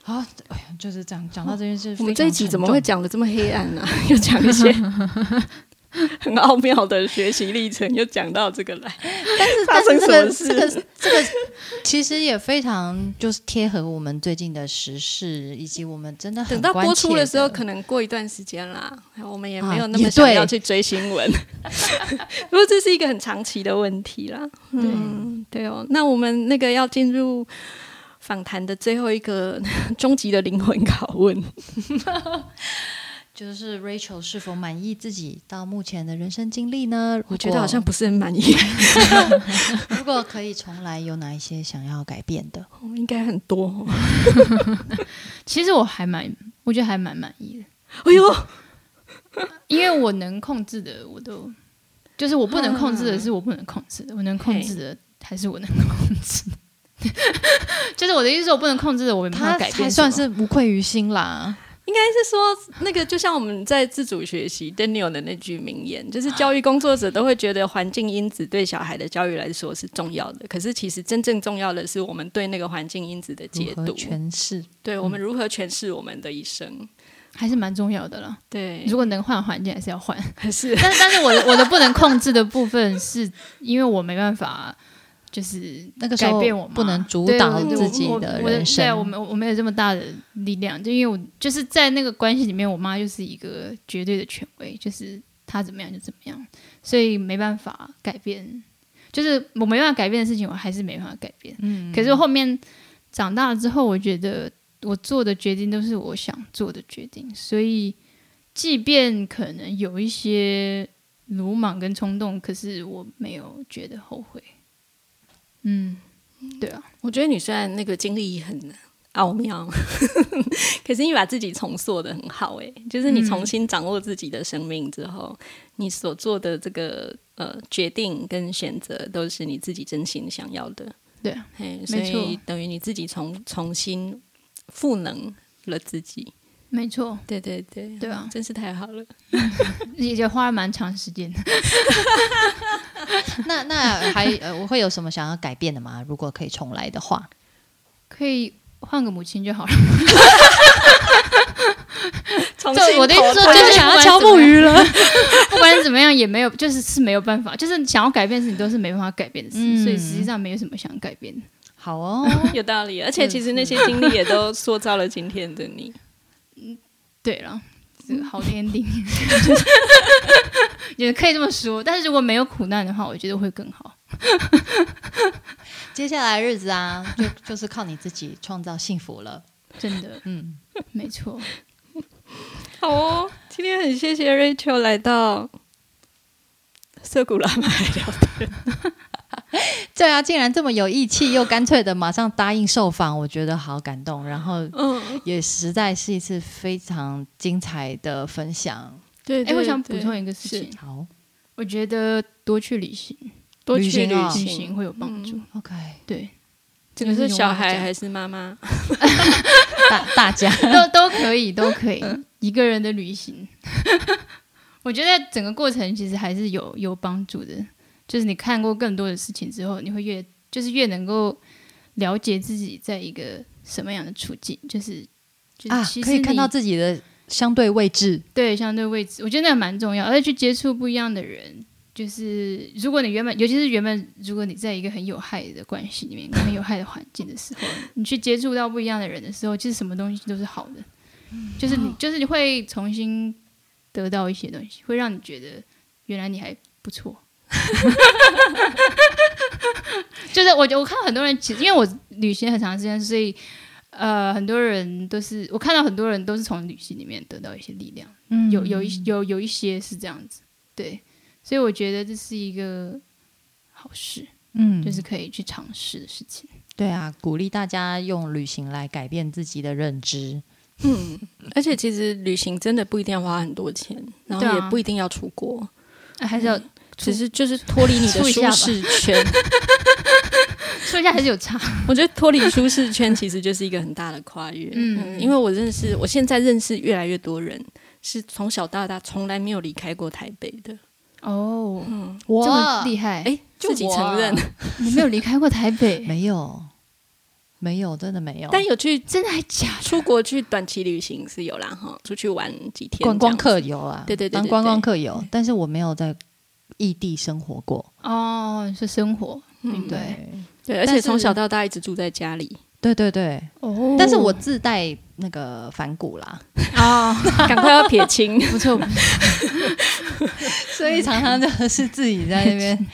好，哎呀，就是讲讲到这件事，哦我们这一集怎么会？讲的这么黑暗呢、 (laughs) 又讲一些很奥妙的学习历程，又讲到这个来，但是发但生是这什么个事这个这个其实也非常就是贴合我们最近的时事，以及我们真的等很到播出关切的的时候，可能过一段时间啦， (laughs) 我们也没有啊那么也想对要去追新闻。 (laughs) 不过这是一个很长期的问题啦。嗯，对哦。那我们那个要进入访谈的最后一个 (laughs) 终极的灵魂拷问，就是 Rachel 是否满意自己到目前的人生经历呢？我如觉得果好像不是很满意。如果可以重来，有哪一些想要改变的？哦 (laughs) 应该很多、哦。 (laughs) 其实我还蛮，我觉得还蛮满意的，哎呦，因为我能控制的我都，就是我不能控制的是我不能控制的，我能控制的还是我能控制的。 (laughs) 就是我的意思是我不能控制的，我没办法改变什么。才算是无愧于心啦。应该是说那个，就像我们在自主学习 Daniel 的那句名言，就是教育工作者都会觉得环境因子对小孩的教育来说是重要的，可是其实真正重要的是我们对那个环境因子的如解何读，诠释？对我们如何诠释我们的一生。还是蛮重要的啦。对，如果能换环境，还是要换。还是但但是我的我的不能控制的部分，是因为我没办法，就是那个时改候变我妈不能主对导我自己我的我的人对啊，我生。没有我没有这么大的力量，就因为我就是在那个关系里面，我妈就是一个绝对的权威，就是她怎么样就怎么样，所以没办法改变，就是我没办法改变的事情，我还是没办法改变。嗯，可是后面长大了之后，我觉得我做的决定都是我想做的决定，所以即便可能有一些鲁莽跟冲动，可是我没有觉得后悔。嗯，对啊。我觉得你虽然那个经历很奥妙， (laughs) 可是你把自己重塑的很好诶、欸就是你重新掌握自己的生命之后，你所做的这个呃决定跟选择都是你自己真心想要的，对啊嘿，所没错以等于你自己重重新赋能了自己，没错，对对对，对啊真是太好了，也也花了蛮长时间 (laughs) 的。那那还呃，我会有什么想要改变的吗？如果可以重来的话，可以换个母亲就好了。重就新我的意思投说胎就是想要不管敲怎么木鱼了。 (laughs) (laughs) 不管怎么样也没有，就是是没有办法，就是想要改变的事情都是没办法改变的事，嗯所以实际上没有什么想改变的。好哦，有道理，而且其实那些经历也都 (laughs) 塑造了今天的你。对了，这嗯个好的 ending，也可以这么说。但是如果没有苦难的话，我觉得会更好。接下来日子啊，就就是靠你自己创造幸福了。真的，嗯，没错。好哦，今天很谢谢 Rachel 来到涩谷拉玛来聊对啊，竟然这么有义气又干脆的马上答应受访，我觉得好感动。然后嗯，也实在是一次非常精彩的分享。对哎、我想补充一个事情，好我觉得多去旅行，多旅去行啊旅旅行行会有帮助。 ，OK，对，这个是永远小都这孩样还是妈妈？大大家都都可以，都可以，一个人的旅行， (laughs) 我觉得整个过程其实还是有有帮助的。就是你看过更多的事情之后，你会越就是越能够了解自己在一个什么样的处境，就是就是啊其，实可以看你到自己的相对位置。对相对位置，我觉得那蛮重要，而且去接触不一样的人。就是如果你原本，尤其是原本，如果你在一个很有害的关系里面，跟很有害的环境的时候，你去接触到不一样的人的时候，其实什么东西都是好的，就是你，就是你会重新得到一些东西，会让你觉得原来你还不错。 (laughs) 就是我我看到很多人，其实因为我旅行很长时间，所以呃，很多人都是我看到很多人都是从旅行里面得到一些力量。嗯有有一有有一些是这样子，对，所以我觉得这是一个好事，嗯就是可以去尝试的事情。对啊，鼓励大家用旅行来改变自己的认知。嗯， (laughs) 而且其实旅行真的不一定要花很多钱，然对后啊也不一定要出国，啊还是要只是嗯就是脱离你的出一下舒吧适 (laughs) 圈。说一下，还是有差。我觉得脱离舒适圈其实就是一个很大的跨越。嗯嗯，因为我认识，我现在认识越来越多人是从小到大从来没有离开过台北的。哦，嗯，我这么厉害！哎，就自己啊我承认，你没有离开过台北，没有，没有，真的没有。但有去真的还假出国去短期旅行是有啦哈，出去玩几天观光这样客子。游啊，对对对对当观光客游，但是我没有在异地生活过。的？哦，是生活，明白对，嗯对，而但且是从小到大一直住在家里，对对对，嗯哦但是我自带那个反骨啦，哦， (laughs) 赶快要撇 (laughs) 清。不错，不错所以常常就是自己在那 (laughs) 边，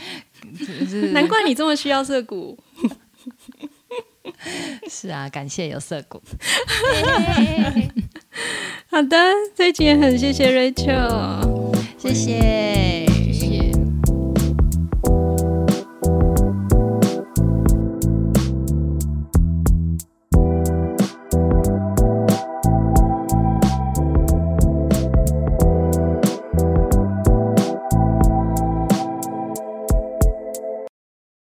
就是难怪你这么需要涩谷。是啊，感谢有色谷，好的，这一集也很谢谢 Rachel。谢谢。